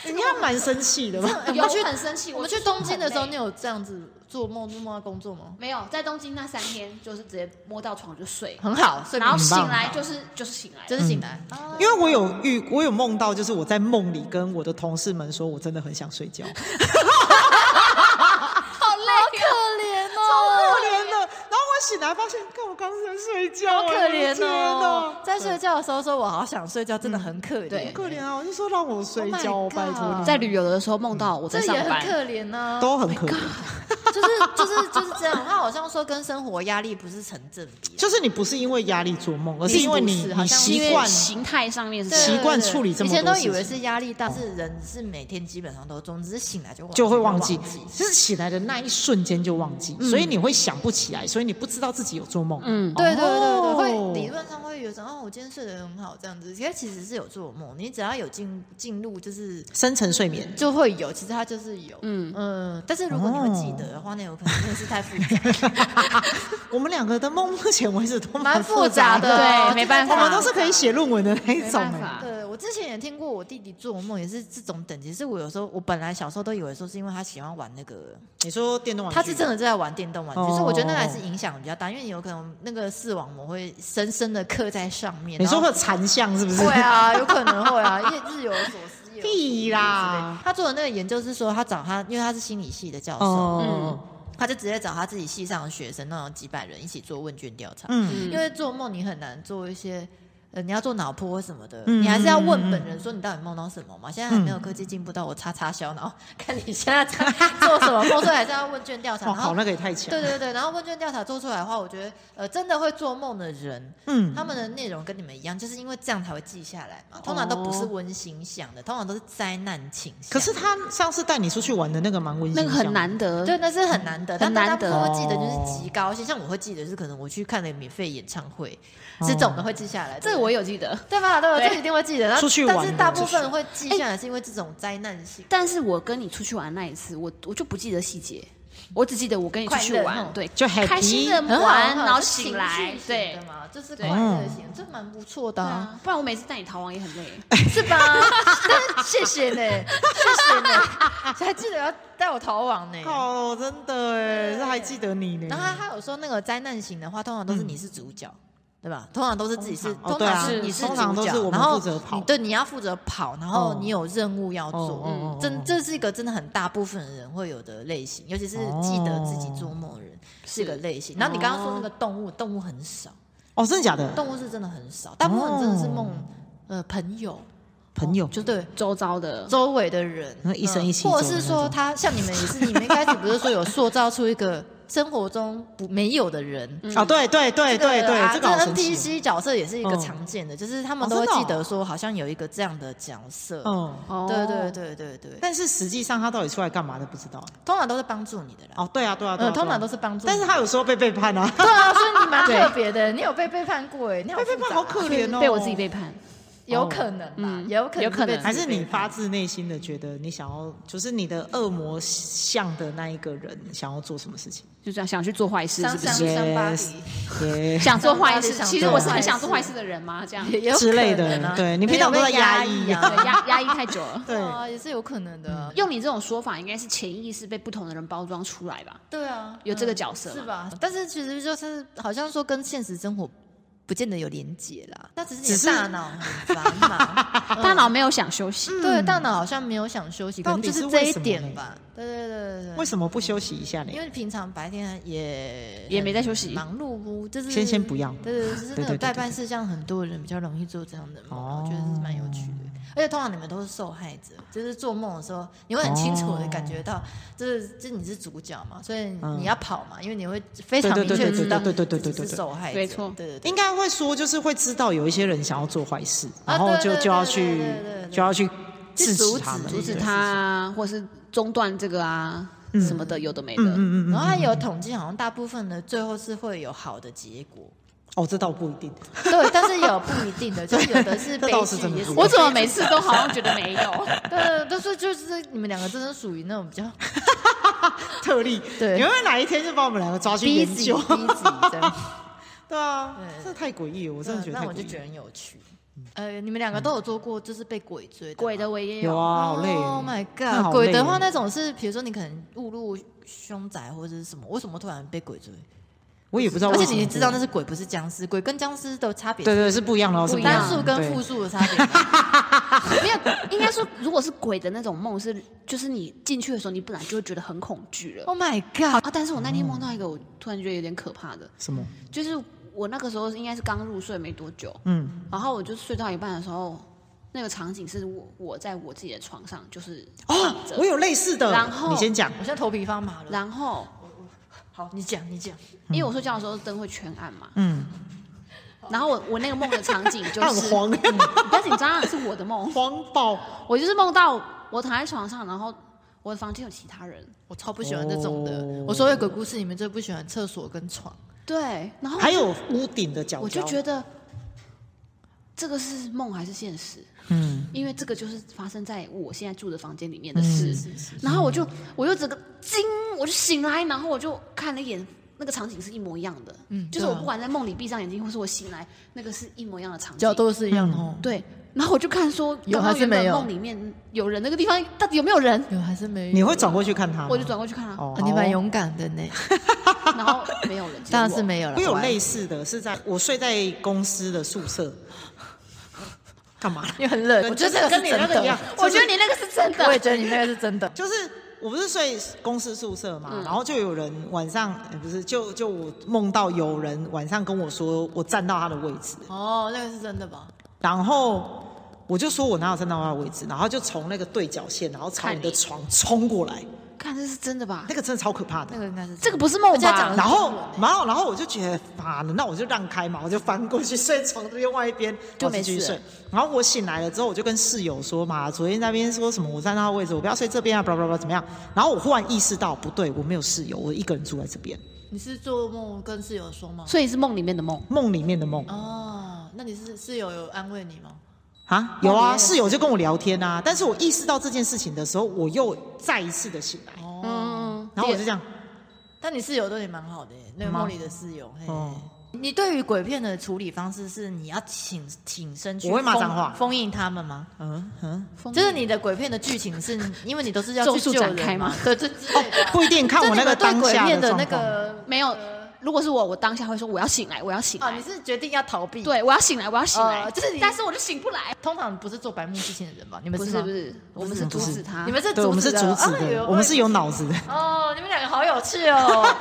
[SPEAKER 2] 你看蛮生气的吧？
[SPEAKER 1] 我
[SPEAKER 3] 有
[SPEAKER 1] 们去
[SPEAKER 3] 很生气。
[SPEAKER 1] 我们
[SPEAKER 3] 就
[SPEAKER 1] 去东京的时候，
[SPEAKER 3] 很
[SPEAKER 1] 你
[SPEAKER 3] 累
[SPEAKER 1] 有这样子做梦，做梦到工作吗？
[SPEAKER 3] 没有在东京那三天，就是直接摸到床就睡，
[SPEAKER 1] 很好，睡
[SPEAKER 3] 然后
[SPEAKER 1] 眠
[SPEAKER 3] 醒
[SPEAKER 2] 棒
[SPEAKER 3] 来就是就是醒来了，
[SPEAKER 1] 就是醒来，啊
[SPEAKER 2] 因为我有遇，我有梦到，就是我在梦里跟我的同事们说，我真的很想睡觉，可
[SPEAKER 3] 好累
[SPEAKER 1] 可怜哦，
[SPEAKER 2] 怜的。然后我醒来发现，看我刚刚在睡觉，
[SPEAKER 1] 好
[SPEAKER 2] 我
[SPEAKER 1] 可
[SPEAKER 2] 的
[SPEAKER 1] 怜
[SPEAKER 2] 天
[SPEAKER 1] 哦
[SPEAKER 2] 哪，
[SPEAKER 1] 在睡觉的时候说我好想睡觉，真的很可怜
[SPEAKER 3] 对。
[SPEAKER 2] 可怜啊！我就说让我睡
[SPEAKER 1] Oh
[SPEAKER 2] 觉，
[SPEAKER 1] my
[SPEAKER 2] 拜托
[SPEAKER 1] God Oh
[SPEAKER 2] 你，
[SPEAKER 3] 在旅游的时候梦到我在
[SPEAKER 1] 这
[SPEAKER 3] 上
[SPEAKER 1] 也很
[SPEAKER 3] 班，
[SPEAKER 1] 可怜啊呢、
[SPEAKER 2] 都很可怜。
[SPEAKER 1] <laughs> 就是就是就是这样。他好像说跟生活压力不是成正比，
[SPEAKER 2] 就是你不是因为压力做梦，而是因为
[SPEAKER 1] 并不
[SPEAKER 2] 你
[SPEAKER 1] 是好
[SPEAKER 2] 你
[SPEAKER 1] 像
[SPEAKER 2] 习
[SPEAKER 3] 因为
[SPEAKER 2] 惯
[SPEAKER 3] 形态上面是
[SPEAKER 1] 对
[SPEAKER 2] 习惯
[SPEAKER 1] 对对
[SPEAKER 2] 处理这么
[SPEAKER 1] 以前都
[SPEAKER 2] 多事
[SPEAKER 1] 以为
[SPEAKER 2] 情
[SPEAKER 1] 是压力大，是人是每天基本上都中，只是醒来就忘
[SPEAKER 2] 就会
[SPEAKER 1] 忘嗯
[SPEAKER 2] 忘记，就是起来的那一瞬间就忘记，所以你会想不起来，所以你不知道自己有做梦。
[SPEAKER 3] 嗯，
[SPEAKER 1] 对对对对，
[SPEAKER 2] 哦
[SPEAKER 1] 会理论上会有一种哦，我今天睡得很好这样子，因为其实是有做梦，你只要有进进入就是
[SPEAKER 2] 深层睡眠。
[SPEAKER 1] 就会有，其实它就是有，嗯
[SPEAKER 3] 嗯
[SPEAKER 1] 嗯，但是如果你会记得的话，那有可能真的是太复杂，
[SPEAKER 2] 我们两个的梦目前为止都
[SPEAKER 1] 蛮
[SPEAKER 2] 复
[SPEAKER 1] 杂
[SPEAKER 2] 的，
[SPEAKER 3] 对
[SPEAKER 1] 就是
[SPEAKER 3] 没办
[SPEAKER 2] <laughs> 我
[SPEAKER 3] 法
[SPEAKER 1] 太
[SPEAKER 2] 们都是可以写论文的那一
[SPEAKER 3] 没
[SPEAKER 2] 种、
[SPEAKER 3] 办
[SPEAKER 2] 欸。
[SPEAKER 3] 法，
[SPEAKER 1] 对，我之前也听过我弟弟做梦也是这种等级，是我有时候我本来小时候都以为说是因为他喜欢玩那个，
[SPEAKER 2] 你说电动玩具，
[SPEAKER 1] 他是真的在玩电动玩具，
[SPEAKER 2] 哦
[SPEAKER 1] 所以我觉得那个还是影响比较大，因为你有可能那个视网膜会深深的刻在上面。
[SPEAKER 2] 你说
[SPEAKER 1] 然
[SPEAKER 2] 会有残像是不是
[SPEAKER 1] 后？会啊，有可能会啊，因 <laughs> 为日有所思夜有所梦
[SPEAKER 2] <laughs> 屁
[SPEAKER 1] 之类
[SPEAKER 2] 啦！
[SPEAKER 1] 啊他做的那个研究是说，他找他，因为他是心理系的教授，
[SPEAKER 2] 哦，
[SPEAKER 1] 他就直接找他自己系上的学生，那种几百人一起做问卷调查。
[SPEAKER 2] 嗯，
[SPEAKER 1] 因为做梦你很难做一些，呃，你要做脑波什么的，
[SPEAKER 2] 嗯
[SPEAKER 1] 你还是要问本人说你到底梦到什么嘛？现在还没有科技进步到我叉叉消，然后看你现在在做什么梦，所以还是要问卷调 <laughs> 查。
[SPEAKER 2] 哇，
[SPEAKER 1] 然
[SPEAKER 2] 好，
[SPEAKER 1] 后
[SPEAKER 2] 那个也太强。
[SPEAKER 1] 对对对，然后问卷调查做出来的话，我觉得呃，真的会做梦的人，
[SPEAKER 2] 嗯，
[SPEAKER 1] 他们的内容跟你们一样，就是因为这样才会记下来
[SPEAKER 3] 哦
[SPEAKER 1] 嘛。通常都不是温馨向的，通常都是灾难倾向。
[SPEAKER 2] 可是他上次带你出去玩的那个蛮温馨的，
[SPEAKER 3] 那个很难得，
[SPEAKER 1] 对，那是很难得，但
[SPEAKER 3] 很
[SPEAKER 1] 大家
[SPEAKER 3] 难
[SPEAKER 1] 不
[SPEAKER 3] 得
[SPEAKER 1] 是会记得
[SPEAKER 2] 哦
[SPEAKER 1] 就是极高兴，像我会记得是可能我去看了免费演唱会，这种的会记下来。
[SPEAKER 3] 哦这
[SPEAKER 1] 对
[SPEAKER 3] 个我有记得，
[SPEAKER 1] 对吧？对吧？
[SPEAKER 3] 对
[SPEAKER 1] 这一定会记得。然后
[SPEAKER 2] 出去
[SPEAKER 1] 但
[SPEAKER 2] 玩
[SPEAKER 1] 是
[SPEAKER 2] 的
[SPEAKER 1] 大
[SPEAKER 2] 出
[SPEAKER 1] 部分
[SPEAKER 2] 去
[SPEAKER 1] 会记下来，是因为这种灾难性。
[SPEAKER 3] 但是我跟你出去玩那一次，我我就不记得细节，我只记得我跟你出去
[SPEAKER 1] 快乐
[SPEAKER 3] 玩
[SPEAKER 1] 哦，
[SPEAKER 3] 对，
[SPEAKER 2] 就 happy
[SPEAKER 3] 开心的
[SPEAKER 1] 很好
[SPEAKER 3] 玩，
[SPEAKER 1] 很好
[SPEAKER 3] 啊然后
[SPEAKER 1] 是情
[SPEAKER 3] 醒来
[SPEAKER 1] 绪，型
[SPEAKER 3] 对
[SPEAKER 1] 的。嘛，就是快
[SPEAKER 3] 对
[SPEAKER 1] 乐型，这蛮不错的啊，
[SPEAKER 3] 对啊，不然我每次带你逃亡也很累。
[SPEAKER 2] 哎
[SPEAKER 1] 是吧？ <laughs> 但是谢谢呢，谢谢呢，还记得要带我逃亡呢。
[SPEAKER 2] 哦，真的哎，这还记得你呢。
[SPEAKER 1] 然后他他有说那个灾难型的话，通常都是你是主角。对吧？通常都是自己是，
[SPEAKER 2] 通常哦
[SPEAKER 1] 通常
[SPEAKER 2] 对
[SPEAKER 1] 是
[SPEAKER 2] 啊
[SPEAKER 1] 你是
[SPEAKER 2] 通常
[SPEAKER 1] 主
[SPEAKER 2] 都
[SPEAKER 1] 角
[SPEAKER 2] 是我，们
[SPEAKER 1] 然后
[SPEAKER 2] 负责跑
[SPEAKER 1] 你对你要负责跑，然后
[SPEAKER 2] 哦
[SPEAKER 1] 你有任务要做
[SPEAKER 2] 哦哦哦，
[SPEAKER 1] 嗯真
[SPEAKER 2] 哦
[SPEAKER 1] 这是一个真的很大部分人会有的类型，尤其是记得自己做梦的人是一个类型。然后你刚刚说那个动物，动物很少，
[SPEAKER 2] 哦，真的假的？
[SPEAKER 1] 动物是真的很少，大部分真的是梦
[SPEAKER 2] 哦
[SPEAKER 1] 呃朋友，
[SPEAKER 2] 朋友
[SPEAKER 1] 就对
[SPEAKER 3] 周遭的，
[SPEAKER 1] 周围的人，
[SPEAKER 2] 那一生一起
[SPEAKER 1] 嗯或者
[SPEAKER 2] 走的
[SPEAKER 1] 是
[SPEAKER 2] 那
[SPEAKER 1] 说
[SPEAKER 2] 种
[SPEAKER 1] 他像你们也是，你们一开始不是说有塑造出一个生活中不没有的人，啊
[SPEAKER 2] 哦，对对对对对，
[SPEAKER 1] 这
[SPEAKER 2] 个好神奇。
[SPEAKER 1] NPC 角色也是一个
[SPEAKER 2] 嗯
[SPEAKER 1] 常见的，就是他们
[SPEAKER 2] 哦
[SPEAKER 1] 都会
[SPEAKER 2] 真的哦
[SPEAKER 1] 记得说好像有一个这样的角色，
[SPEAKER 2] 嗯，
[SPEAKER 3] 哦
[SPEAKER 1] <laughs> 对对，对对对，
[SPEAKER 2] 但是实际上他到底出来干嘛的不知道。
[SPEAKER 1] 通常都是帮助你的啦，
[SPEAKER 2] 哦，对啊，对啊，对啊，
[SPEAKER 1] 呃，通
[SPEAKER 2] 对啊
[SPEAKER 1] 常都是帮助你的，
[SPEAKER 2] 但是他有时候被背叛啊，
[SPEAKER 1] 哦对啊，所以你蛮特别的，你有被背叛过哎，你好
[SPEAKER 2] <laughs> 被背
[SPEAKER 1] 复
[SPEAKER 2] 叛
[SPEAKER 1] 杂
[SPEAKER 2] 好可怜哦，
[SPEAKER 3] 被我自己背叛，
[SPEAKER 1] 有可能啦，
[SPEAKER 3] 嗯
[SPEAKER 1] 也有可能
[SPEAKER 3] 有可能
[SPEAKER 1] 被
[SPEAKER 2] 还是你发
[SPEAKER 1] 自
[SPEAKER 2] 自内心的觉得你想要，就是你的恶魔像的那一个人想要做什么事
[SPEAKER 1] <laughs>
[SPEAKER 2] 情？
[SPEAKER 3] 就这样想去做坏事，
[SPEAKER 1] 伤
[SPEAKER 3] 是不
[SPEAKER 1] 伤
[SPEAKER 3] 是？
[SPEAKER 1] 伤疤
[SPEAKER 2] Yes
[SPEAKER 1] 底
[SPEAKER 2] 耶、
[SPEAKER 3] <laughs> 想做坏事，
[SPEAKER 1] 伤
[SPEAKER 3] 其实
[SPEAKER 2] 伤
[SPEAKER 3] 我是
[SPEAKER 2] 疤
[SPEAKER 3] 很
[SPEAKER 1] 底
[SPEAKER 3] 想做坏事的人嘛，
[SPEAKER 1] <laughs>
[SPEAKER 3] 这样对
[SPEAKER 1] 也有
[SPEAKER 2] 之类
[SPEAKER 1] 可能啊
[SPEAKER 2] 的对你平常都在压抑
[SPEAKER 1] 对有被啊，
[SPEAKER 3] 压压抑太久了。
[SPEAKER 2] 对，嗯
[SPEAKER 1] 啊，也是有可能的。
[SPEAKER 3] 用你这种说法，应该是潜意识被不同的人包装出来吧？
[SPEAKER 1] 对啊，
[SPEAKER 3] 有这个
[SPEAKER 1] 嗯
[SPEAKER 3] 角色
[SPEAKER 1] 是
[SPEAKER 3] 嘛
[SPEAKER 1] 吧？但是其实就是好像说跟现实生活不见得有连结啦，那只是你
[SPEAKER 2] 只
[SPEAKER 1] 的
[SPEAKER 2] 是
[SPEAKER 1] 大脑很繁 <laughs> 忙，
[SPEAKER 3] 大脑没有想休息，
[SPEAKER 1] 对，大脑好像没有想休息，可
[SPEAKER 2] 到
[SPEAKER 1] 能
[SPEAKER 2] 底
[SPEAKER 1] 就是
[SPEAKER 2] 是
[SPEAKER 1] 这
[SPEAKER 2] 为
[SPEAKER 1] 一
[SPEAKER 2] 什么
[SPEAKER 1] 点
[SPEAKER 2] 嘞
[SPEAKER 1] 吧。对对对对
[SPEAKER 2] 为
[SPEAKER 1] 对，
[SPEAKER 2] 什么不休息一下呢
[SPEAKER 1] 因？为平常白天也
[SPEAKER 3] 也没在
[SPEAKER 1] 很
[SPEAKER 3] 休息
[SPEAKER 1] 忙碌，就是
[SPEAKER 2] 先先不要
[SPEAKER 1] 对对，对就是
[SPEAKER 2] 对
[SPEAKER 1] 那种
[SPEAKER 2] 对对
[SPEAKER 1] 代
[SPEAKER 2] 对
[SPEAKER 1] 办事项，很多人比较容易做这样的梦，我觉得
[SPEAKER 2] 哦
[SPEAKER 1] 是蛮有趣的。而且通常你们都是受害者，就是做梦的时候，你会很清楚的感觉到，就是就你是主角嘛，所以你要跑嘛，因为你会非常
[SPEAKER 2] 对
[SPEAKER 1] 明
[SPEAKER 2] 对
[SPEAKER 1] 确
[SPEAKER 2] 对
[SPEAKER 1] 地知
[SPEAKER 2] 对
[SPEAKER 1] 道
[SPEAKER 2] 对对对
[SPEAKER 1] 自
[SPEAKER 2] 对
[SPEAKER 1] 己
[SPEAKER 2] 对
[SPEAKER 1] 是
[SPEAKER 2] 对
[SPEAKER 1] 受害者，
[SPEAKER 3] 没错
[SPEAKER 1] 对对对
[SPEAKER 2] 应该会说，就是会知道有一些人想要做坏事，
[SPEAKER 1] 啊
[SPEAKER 2] 然后就
[SPEAKER 1] 对对
[SPEAKER 2] 就要
[SPEAKER 1] 对
[SPEAKER 2] 去
[SPEAKER 1] 对对对对
[SPEAKER 2] 就要去制
[SPEAKER 1] 阻止
[SPEAKER 2] 止他们，
[SPEAKER 1] 阻
[SPEAKER 3] 阻止
[SPEAKER 2] 对嗯
[SPEAKER 3] 他啊，或是中断这个啊什么的，有的没的。
[SPEAKER 1] 然后还有统计，好像大部分的最后是会有好的结果，
[SPEAKER 2] 哦，这倒不一
[SPEAKER 1] <laughs>
[SPEAKER 2] 定。
[SPEAKER 1] 对，但是有不一定的，就是有的是
[SPEAKER 2] 这
[SPEAKER 1] 悲
[SPEAKER 2] 倒是
[SPEAKER 1] 剧
[SPEAKER 2] 真，的
[SPEAKER 1] 也是
[SPEAKER 2] 不
[SPEAKER 3] 我怎么
[SPEAKER 1] 悲
[SPEAKER 3] 每次都好像觉得没有？ <laughs>
[SPEAKER 1] 剧对，但是就是你们两个真的属于那种比较
[SPEAKER 2] 特例。
[SPEAKER 1] 对
[SPEAKER 2] 你会不会哪一天就把我们两个抓去
[SPEAKER 1] busy
[SPEAKER 2] 研究？
[SPEAKER 1] busy 这样。
[SPEAKER 2] <laughs> 对啊
[SPEAKER 1] 对，
[SPEAKER 2] 这太诡异了，我真的觉得
[SPEAKER 1] 嗯那
[SPEAKER 2] 太
[SPEAKER 1] 我
[SPEAKER 2] 诡
[SPEAKER 1] 就
[SPEAKER 2] 异
[SPEAKER 1] 觉
[SPEAKER 2] 了。嗯
[SPEAKER 1] 得很有趣。呃，你们两个都有做过，就是被鬼追的吗
[SPEAKER 3] 鬼的我也
[SPEAKER 2] 有
[SPEAKER 3] 有，
[SPEAKER 2] 啊，好累哦。
[SPEAKER 1] Oh my
[SPEAKER 2] 那
[SPEAKER 1] god！
[SPEAKER 2] 好
[SPEAKER 1] 鬼
[SPEAKER 2] 累哦
[SPEAKER 1] 的
[SPEAKER 2] 耶
[SPEAKER 1] 话，那种是比如说你可能误入凶宅或者是什么，为什么突然被鬼追？
[SPEAKER 2] 我也不知道
[SPEAKER 1] 而
[SPEAKER 2] 为什么，
[SPEAKER 1] 且你知道那是鬼，不是僵尸。鬼跟僵尸的差别，
[SPEAKER 2] 对对对是不一样的哦，是
[SPEAKER 3] 不一
[SPEAKER 1] 单
[SPEAKER 3] 样
[SPEAKER 1] 数跟复
[SPEAKER 2] 对
[SPEAKER 1] 数的差
[SPEAKER 2] <laughs>
[SPEAKER 1] 别。
[SPEAKER 3] 没有，应该说，如果是鬼的那种梦，是就是你进去的时候，你本来就会觉得很恐惧了
[SPEAKER 1] Oh my
[SPEAKER 3] 好
[SPEAKER 1] god！
[SPEAKER 3] 啊。但是我那天梦到一个，我突然觉得有点可怕的，
[SPEAKER 2] 什么？
[SPEAKER 3] 就是我那个时候应该是刚入睡没多久，
[SPEAKER 2] 嗯，
[SPEAKER 3] 然后我就睡到一半的时候，那个场景是我我在我自己的床上，就是
[SPEAKER 2] 哦
[SPEAKER 3] 躺着，
[SPEAKER 2] 我有类似的，
[SPEAKER 3] 然后
[SPEAKER 2] 你先讲
[SPEAKER 1] 我。现在头皮发麻了。
[SPEAKER 3] 然后
[SPEAKER 1] 好，你讲，你讲。
[SPEAKER 3] 因为我睡觉的时候灯会全暗嘛，
[SPEAKER 2] 嗯，
[SPEAKER 3] 然后我我那个梦的场景
[SPEAKER 2] <laughs>
[SPEAKER 3] 就
[SPEAKER 2] 他
[SPEAKER 3] 是
[SPEAKER 2] 很，慌，
[SPEAKER 1] 嗯
[SPEAKER 3] 但是嗯你知道啊是我的梦， <laughs>
[SPEAKER 2] 慌爆。
[SPEAKER 3] 我就是梦到我躺在床上，然后我的房间有其他人，
[SPEAKER 1] 我超不喜欢这种的。
[SPEAKER 2] 哦
[SPEAKER 1] 我所有鬼故事里面最不喜欢厕所跟床。
[SPEAKER 3] 对，然后
[SPEAKER 2] 还有屋顶的角角，
[SPEAKER 3] 我就觉得这个是梦还是现实？
[SPEAKER 2] 嗯，
[SPEAKER 3] 因为这个就是发生在我现在住的房间里面的事。
[SPEAKER 1] 嗯
[SPEAKER 3] 然后我就我就整个惊，我就醒来，然后我就看了一眼。那个场景是一模一样的，
[SPEAKER 1] 嗯
[SPEAKER 3] 就是
[SPEAKER 1] 对
[SPEAKER 3] 我
[SPEAKER 1] 啊
[SPEAKER 3] 不管在梦里闭上眼睛，或是我醒来，那个是一模一样的场
[SPEAKER 2] 嗯
[SPEAKER 3] 景，
[SPEAKER 1] 角度是一样的哦，
[SPEAKER 3] 对。然后我就看说，
[SPEAKER 1] 有
[SPEAKER 3] 刚
[SPEAKER 1] 还
[SPEAKER 3] 刚
[SPEAKER 1] 是
[SPEAKER 3] 原本
[SPEAKER 1] 没有嗯
[SPEAKER 3] 梦里面有人那个地方到底有没有人？
[SPEAKER 1] 有还是没有？
[SPEAKER 2] 你会转过去看他吗，
[SPEAKER 3] 我就转过去看啊，
[SPEAKER 2] 哦
[SPEAKER 1] 啊，，你
[SPEAKER 2] 好哦
[SPEAKER 1] 蛮勇敢的呢。
[SPEAKER 3] <laughs> 然后没有人，
[SPEAKER 1] 当然是
[SPEAKER 3] 结果
[SPEAKER 1] 没有了。
[SPEAKER 2] 我有
[SPEAKER 1] 好吧
[SPEAKER 2] 类似的是在我睡在公司的宿舍， <laughs> 干嘛？
[SPEAKER 1] 因为很冷，
[SPEAKER 2] 跟
[SPEAKER 1] 我觉得这个是
[SPEAKER 2] 跟你
[SPEAKER 1] 真
[SPEAKER 2] 那个一
[SPEAKER 1] 的
[SPEAKER 2] 样。
[SPEAKER 3] 我觉得你那个是真
[SPEAKER 1] 我也
[SPEAKER 3] 的，
[SPEAKER 1] 觉得你那个是真的。
[SPEAKER 2] 就是我不是睡公司宿舍嘛，
[SPEAKER 3] 嗯
[SPEAKER 2] 然后就有人晚上、呃不是就就我梦到有人晚上跟我说我站到他的位置，
[SPEAKER 1] 哦，那个是真的吧？
[SPEAKER 2] 然后我就说我哪有站到他的位置，然后就从那个对角线，然后朝
[SPEAKER 3] 看
[SPEAKER 2] 你的
[SPEAKER 3] 你
[SPEAKER 2] 床冲过来，
[SPEAKER 3] 看这是真的吧
[SPEAKER 2] 那？个真的超可怕的
[SPEAKER 1] 那。个应该是真的
[SPEAKER 3] 这个不是梦
[SPEAKER 1] 而且他讲的？
[SPEAKER 3] 吧
[SPEAKER 2] 然后，然后，然后我就觉得妈的，那我就让开嘛，我就翻过去睡床的另外一边，
[SPEAKER 3] 就
[SPEAKER 2] 然后
[SPEAKER 3] 没
[SPEAKER 2] 继续
[SPEAKER 3] 事
[SPEAKER 2] 睡
[SPEAKER 3] 了。
[SPEAKER 2] 然后我醒来了之后，我就跟室友说嘛，昨天那边说什么我站到他位置，我不要睡这边啊，巴拉巴拉怎么样？然后我忽然意识到不对，我没有室友，我一个人住在这边，
[SPEAKER 1] 你是做梦跟室友说吗？
[SPEAKER 3] 所以是梦里面的梦。
[SPEAKER 2] 梦里面的梦
[SPEAKER 1] 哦，那你是室友有安慰你吗？哦
[SPEAKER 2] 啊，有啊，室友就跟我聊天啊，但是我意识到这件事情的时候，我又再一次的醒来，
[SPEAKER 1] 哦
[SPEAKER 3] 嗯，
[SPEAKER 2] 然后我就这样，
[SPEAKER 1] 但你室友对你蛮好的耶，那个
[SPEAKER 2] 吗
[SPEAKER 1] 梦里的室友。嘿
[SPEAKER 2] 哦
[SPEAKER 1] 你对于鬼片的处理方式是你要挺挺身去
[SPEAKER 2] 我会骂
[SPEAKER 1] 封
[SPEAKER 2] 脏话
[SPEAKER 1] 封印他们吗？
[SPEAKER 2] 嗯嗯，
[SPEAKER 3] 就
[SPEAKER 1] 就是你的鬼片的剧情是，因为你都是要
[SPEAKER 3] 咒
[SPEAKER 1] 去
[SPEAKER 3] 术
[SPEAKER 1] 救
[SPEAKER 3] 展
[SPEAKER 1] 人
[SPEAKER 3] 开
[SPEAKER 1] 嘛
[SPEAKER 3] 吗？
[SPEAKER 1] 对，这之类的啊。
[SPEAKER 2] 哦不一定看
[SPEAKER 1] 就
[SPEAKER 2] 我
[SPEAKER 1] 你
[SPEAKER 2] 那
[SPEAKER 1] 们
[SPEAKER 2] 个
[SPEAKER 1] 对
[SPEAKER 2] 当
[SPEAKER 1] 鬼
[SPEAKER 2] 下
[SPEAKER 1] 片的那
[SPEAKER 2] 状况。
[SPEAKER 1] 个
[SPEAKER 3] 没有，如果是我，我当下会说我要醒来，我要醒
[SPEAKER 1] 哦，
[SPEAKER 3] 来。
[SPEAKER 1] 你是决定要逃避？，
[SPEAKER 3] 对，我要醒来，我要醒来。
[SPEAKER 1] 哦就是你
[SPEAKER 3] 啊但是我就醒不来。
[SPEAKER 1] 通常不是做白目事情的人吧？你们
[SPEAKER 3] 不
[SPEAKER 1] 是
[SPEAKER 3] 是
[SPEAKER 1] 吗
[SPEAKER 3] 不是，我们是阻止他。
[SPEAKER 1] 你们是
[SPEAKER 2] 嗯对，我们是
[SPEAKER 1] 的
[SPEAKER 2] 阻止
[SPEAKER 1] 哎呦
[SPEAKER 2] 的，我们是有脑子的，
[SPEAKER 1] 哦，你们两个好有趣
[SPEAKER 2] <laughs>
[SPEAKER 1] 哦，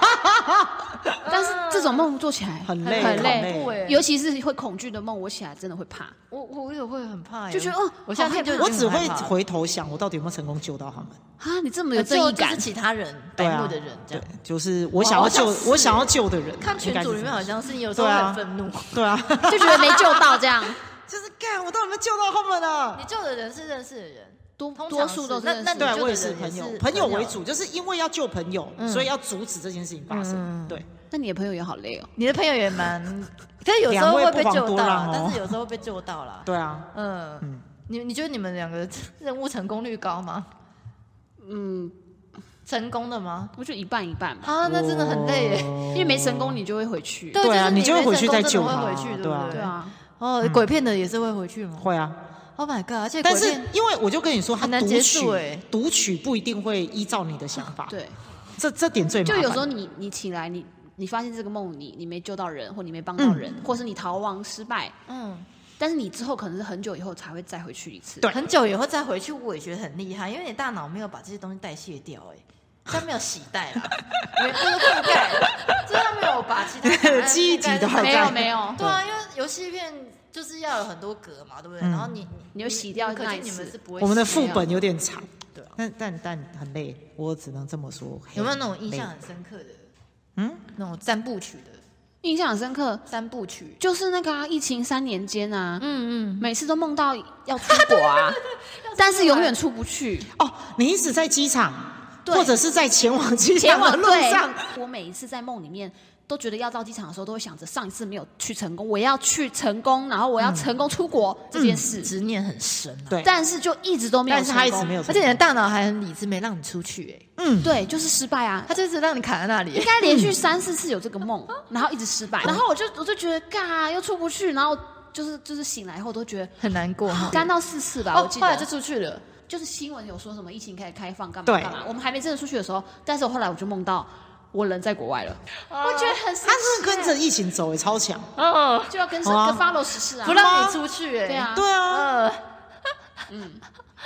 [SPEAKER 3] 但是这种梦做起来
[SPEAKER 2] 很
[SPEAKER 1] 很
[SPEAKER 2] 累，
[SPEAKER 3] 很
[SPEAKER 1] 恐
[SPEAKER 3] 累
[SPEAKER 1] 怖哎，
[SPEAKER 3] 尤其是会恐惧的梦，我起来真的会怕。
[SPEAKER 1] 我我也会很怕耶，
[SPEAKER 3] 就觉得哦
[SPEAKER 1] 我现在
[SPEAKER 3] 好害
[SPEAKER 1] 听就
[SPEAKER 2] <laughs>
[SPEAKER 3] 怕
[SPEAKER 2] 我只会
[SPEAKER 1] 回
[SPEAKER 2] 回头想，我到底有没有成功救到他们？
[SPEAKER 3] 啊，你这么有正义
[SPEAKER 1] 呃就
[SPEAKER 3] 感
[SPEAKER 1] 是，其他人
[SPEAKER 2] 对
[SPEAKER 1] 白
[SPEAKER 2] 啊
[SPEAKER 1] 目的人这
[SPEAKER 2] 对
[SPEAKER 1] 样。，
[SPEAKER 2] 就是我想要救
[SPEAKER 1] 好像是
[SPEAKER 2] 我想要救的人。
[SPEAKER 1] 看群组里面好像是你有时候
[SPEAKER 2] 对
[SPEAKER 1] 会
[SPEAKER 2] 啊
[SPEAKER 1] 很愤怒，
[SPEAKER 2] 对啊， <laughs>
[SPEAKER 3] <laughs> 就觉得没救到这样。
[SPEAKER 2] 就是干，我到底有没有救到他们啊？
[SPEAKER 1] 你救的人是认识的人，
[SPEAKER 3] 多
[SPEAKER 1] 通常
[SPEAKER 3] 多数都
[SPEAKER 1] 是那
[SPEAKER 3] 真
[SPEAKER 1] 那
[SPEAKER 3] 的是
[SPEAKER 1] 你
[SPEAKER 2] 对啊
[SPEAKER 1] 就，
[SPEAKER 2] 我也
[SPEAKER 1] 只
[SPEAKER 2] 是
[SPEAKER 1] 能
[SPEAKER 2] 朋友
[SPEAKER 1] 是，
[SPEAKER 2] 朋友
[SPEAKER 1] 朋友
[SPEAKER 2] 为主，就是因为要救朋友，
[SPEAKER 1] 嗯
[SPEAKER 2] 所以要阻止这件事情发生。
[SPEAKER 1] 嗯
[SPEAKER 2] 对，
[SPEAKER 3] 那你的朋友也好累哦。
[SPEAKER 1] 你的朋友也
[SPEAKER 2] <laughs>
[SPEAKER 1] 蛮，可是有时候会被
[SPEAKER 2] 两位
[SPEAKER 1] 救
[SPEAKER 2] 不遑多
[SPEAKER 1] 到
[SPEAKER 2] 让
[SPEAKER 1] 啊
[SPEAKER 2] 哦，
[SPEAKER 1] 但是有时候被救到
[SPEAKER 2] <laughs>
[SPEAKER 1] 了。
[SPEAKER 2] 对啊，
[SPEAKER 1] 嗯，
[SPEAKER 2] 嗯
[SPEAKER 1] 你你觉得你们两个任务成功率高吗？
[SPEAKER 3] 嗯，
[SPEAKER 1] 成功的吗？
[SPEAKER 3] 我就一半一半嘛，
[SPEAKER 1] 啊，那真的很累耶。
[SPEAKER 3] 因为没成功你就会回去。
[SPEAKER 1] 对，
[SPEAKER 2] 对啊
[SPEAKER 1] 是
[SPEAKER 2] 你就会
[SPEAKER 1] 没
[SPEAKER 2] 回去
[SPEAKER 1] 成功
[SPEAKER 2] 再
[SPEAKER 1] 真的
[SPEAKER 2] 救他
[SPEAKER 1] 会回去，对
[SPEAKER 2] 对啊嗯
[SPEAKER 1] 不
[SPEAKER 3] 对
[SPEAKER 1] 对？
[SPEAKER 3] 啊，
[SPEAKER 1] 哦，鬼片的也是会回去吗
[SPEAKER 2] 会啊。
[SPEAKER 1] ？Oh my god！而且
[SPEAKER 2] 但
[SPEAKER 1] 鬼
[SPEAKER 2] 是
[SPEAKER 1] 片
[SPEAKER 2] 因为我就跟你说，他
[SPEAKER 1] 很难
[SPEAKER 2] 读
[SPEAKER 1] 结
[SPEAKER 2] 取
[SPEAKER 1] 束欸
[SPEAKER 2] 读取不一定会依照你的想法，
[SPEAKER 3] 对，
[SPEAKER 2] 这这点最麻
[SPEAKER 3] 就
[SPEAKER 2] 烦。
[SPEAKER 3] 有时候你你起来，你你发现这个梦你你没救到人，或你没帮
[SPEAKER 2] 嗯
[SPEAKER 3] 到人，或是你逃亡失败，
[SPEAKER 1] 嗯，
[SPEAKER 3] 但是你之后可能是很久以后才会再回去一次。
[SPEAKER 2] 对
[SPEAKER 1] 很久以后再回去，我也觉得很厉害，因为你大脑没有把这些东西代谢掉，哎，它没有洗代
[SPEAKER 2] <laughs>
[SPEAKER 1] 啦，没这个覆盖，这它没有把其他档案
[SPEAKER 2] 记忆体
[SPEAKER 1] 覆盖
[SPEAKER 2] 都
[SPEAKER 1] 在
[SPEAKER 2] 还
[SPEAKER 3] 没
[SPEAKER 2] 在
[SPEAKER 3] 有没有，
[SPEAKER 1] 对啊，因为游戏片就是要有很多格嘛，对不对？
[SPEAKER 2] 嗯
[SPEAKER 1] 然后你
[SPEAKER 3] 你就洗掉
[SPEAKER 1] 可
[SPEAKER 3] 那
[SPEAKER 1] 见
[SPEAKER 3] 一
[SPEAKER 1] 你们
[SPEAKER 3] 次
[SPEAKER 1] 是不会
[SPEAKER 2] 我们的
[SPEAKER 1] 洗
[SPEAKER 2] 副本有点长，
[SPEAKER 1] 对啊
[SPEAKER 2] 但但但很累，我只能这么说。
[SPEAKER 1] 有没有
[SPEAKER 2] 很
[SPEAKER 1] 那种印
[SPEAKER 2] 累
[SPEAKER 1] 象？很深刻的？
[SPEAKER 2] 嗯，
[SPEAKER 1] 那种三部曲的
[SPEAKER 3] 印象很深刻，
[SPEAKER 1] 三部曲，
[SPEAKER 3] 就是那个、啊、疫情三年间啊，
[SPEAKER 1] 嗯嗯，
[SPEAKER 3] 每次都梦到要出国
[SPEAKER 2] <laughs>
[SPEAKER 3] 啊，但是永远出不去。
[SPEAKER 2] 哦，你一直在机场，
[SPEAKER 3] 对
[SPEAKER 2] 或者是在前往机
[SPEAKER 3] 前
[SPEAKER 2] 场的
[SPEAKER 3] 往
[SPEAKER 2] 路
[SPEAKER 3] 对
[SPEAKER 2] 上，，
[SPEAKER 3] 我每一次在梦里面都觉得要到机场的时候，都会想着上一次没有去成功，我要去成功，然后我
[SPEAKER 2] 嗯
[SPEAKER 3] 要成功出国这件事，
[SPEAKER 1] 执念很深啊。
[SPEAKER 2] 对，
[SPEAKER 3] 但是就一直都没
[SPEAKER 2] 嗯
[SPEAKER 3] 有
[SPEAKER 2] 但
[SPEAKER 3] 成
[SPEAKER 2] 是他
[SPEAKER 3] 功，
[SPEAKER 2] 一直没有
[SPEAKER 1] 而
[SPEAKER 2] 成
[SPEAKER 1] 且
[SPEAKER 2] 功，
[SPEAKER 1] 你的大脑还很理智，没让你出去、欸，
[SPEAKER 2] 嗯，
[SPEAKER 3] 对，就是失败啊
[SPEAKER 1] 哎，。他就是让你卡在那里
[SPEAKER 3] 应。该连续三四次有这个梦，然后一直失败，嗯然后我就我就觉得嘎又出不去，然后就是就是醒来以后都觉得
[SPEAKER 1] 很难过哈，
[SPEAKER 3] 干到四次吧，
[SPEAKER 1] 哦
[SPEAKER 3] 我，记
[SPEAKER 1] 后来
[SPEAKER 3] 得
[SPEAKER 1] 就出去了，
[SPEAKER 3] 就是新闻有说什么疫情开始开放干嘛
[SPEAKER 2] 对
[SPEAKER 3] 干嘛，我们还没真的出去的时候，但是我后来我就梦到我人在国外了，我觉得很神奇
[SPEAKER 2] 他是跟着疫情走，也超强。
[SPEAKER 1] 哦，
[SPEAKER 3] 就要跟
[SPEAKER 2] 好啊
[SPEAKER 3] 跟 follow 时事啊，
[SPEAKER 1] 不让你出去、欸，哎，
[SPEAKER 3] 对啊
[SPEAKER 2] 对啊，
[SPEAKER 1] 呃，
[SPEAKER 2] 你的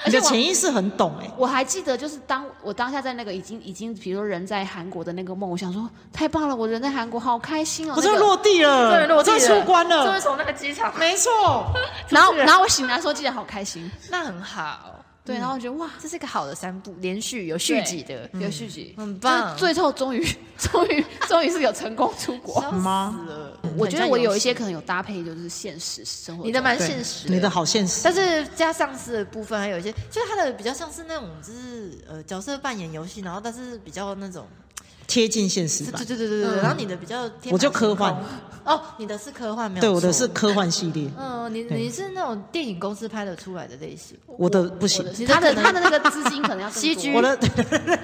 [SPEAKER 3] 而且我哦
[SPEAKER 2] 潜意识很懂哎、
[SPEAKER 3] 我还记得，就是当我当下在那个已经已经，比如说人在韩国的那个梦，我想说太棒了，我人在韩国，好开心哦。
[SPEAKER 2] 我
[SPEAKER 3] 那
[SPEAKER 2] 终于
[SPEAKER 3] 个
[SPEAKER 2] 落地了，
[SPEAKER 1] 终于落地了
[SPEAKER 2] 终于出关
[SPEAKER 1] 终于
[SPEAKER 2] 了，
[SPEAKER 1] 从那个机场，
[SPEAKER 2] 没错，
[SPEAKER 3] 然后
[SPEAKER 1] 出去了
[SPEAKER 3] 然后我醒来的时候，记得好开心。
[SPEAKER 1] 那很好，
[SPEAKER 3] 对，然后我觉得哇，
[SPEAKER 1] 这是一个好的三部，连续有续集的，嗯
[SPEAKER 3] 有续集，
[SPEAKER 1] 很棒
[SPEAKER 3] 就是最后终于 <laughs> 终于终于是有成功出
[SPEAKER 1] <laughs>
[SPEAKER 3] 国。
[SPEAKER 1] 笑
[SPEAKER 2] 吗
[SPEAKER 1] 死了。
[SPEAKER 3] 我觉得我有一些
[SPEAKER 1] 很像游戏
[SPEAKER 3] 可能有搭配，就是现实生活中。
[SPEAKER 1] 你的蛮
[SPEAKER 2] 对
[SPEAKER 1] 现实，
[SPEAKER 2] 你的好现实，
[SPEAKER 1] 但是加上司的部分，还有一些，就是他的比较像是那种，就是呃角色扮演游戏，然后但是比较那种，
[SPEAKER 2] 贴近现实
[SPEAKER 1] 对
[SPEAKER 2] 吧
[SPEAKER 1] 对。对对对对，然后你的比较天马行空，
[SPEAKER 2] 嗯我就科幻
[SPEAKER 1] 哦，你的是科幻没有？
[SPEAKER 2] 对，我的是，科幻系列，
[SPEAKER 1] 嗯，你
[SPEAKER 2] 对
[SPEAKER 1] 你是那种电影公司拍得出来的类型，
[SPEAKER 2] 我的不行
[SPEAKER 3] 我，的
[SPEAKER 1] 你的
[SPEAKER 3] 他的
[SPEAKER 1] 可能
[SPEAKER 3] 他的那个资金可能要更多
[SPEAKER 1] CG
[SPEAKER 2] 我的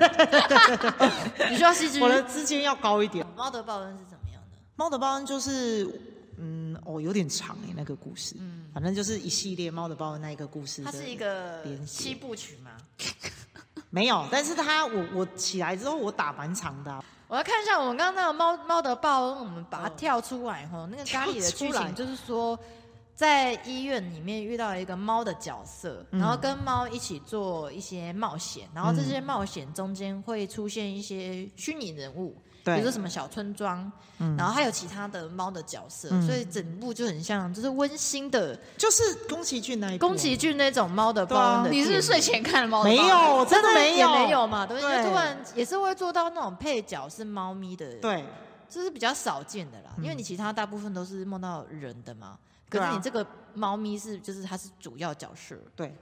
[SPEAKER 1] <laughs> 你需要戏剧
[SPEAKER 2] <laughs> 。我的资金要高一点。
[SPEAKER 1] 猫的报恩是怎么样的？
[SPEAKER 2] 猫的报恩就是，嗯，哦，有点长哎、那个故事，反正就是一系列猫的报恩那一个故事的。
[SPEAKER 1] 它是一个
[SPEAKER 2] 连结
[SPEAKER 1] 七部曲吗？
[SPEAKER 2] 没有，但是它我我起来之后我打蛮长的啊、
[SPEAKER 1] 我要看一下我们刚刚那个猫猫的报恩，我们把它跳出来吼，那个咖喱的剧
[SPEAKER 2] 跳出来
[SPEAKER 1] 情就是说，在医院里面遇到了一个猫的角色，
[SPEAKER 2] 嗯
[SPEAKER 1] 然后跟猫一起做一些冒险，然后这
[SPEAKER 2] 嗯
[SPEAKER 1] 些冒险中间会出现一些虚拟人物，比
[SPEAKER 2] 对嗯
[SPEAKER 1] 如说什么小村庄，然后还有其他的猫的角色，所以整部就很像就是温馨的
[SPEAKER 2] 就是宫崎骏那一部啊
[SPEAKER 1] 宫崎骏哦那种猫的报恩的
[SPEAKER 2] 对啊
[SPEAKER 1] 电影。
[SPEAKER 3] 你是不是睡前看了猫的
[SPEAKER 2] 没
[SPEAKER 3] 报
[SPEAKER 2] 有，我真的没有，
[SPEAKER 1] 也没有嘛，对不对？
[SPEAKER 2] 对
[SPEAKER 1] 就突然也是会做到那种配角是猫咪的，
[SPEAKER 2] 对，嗯
[SPEAKER 1] 这是比较少见的啦，因为你其他大部分都是梦到人的嘛。可
[SPEAKER 2] 对
[SPEAKER 1] 是
[SPEAKER 2] 啊
[SPEAKER 1] 你这个猫咪是就是它是主要角色，
[SPEAKER 2] 对，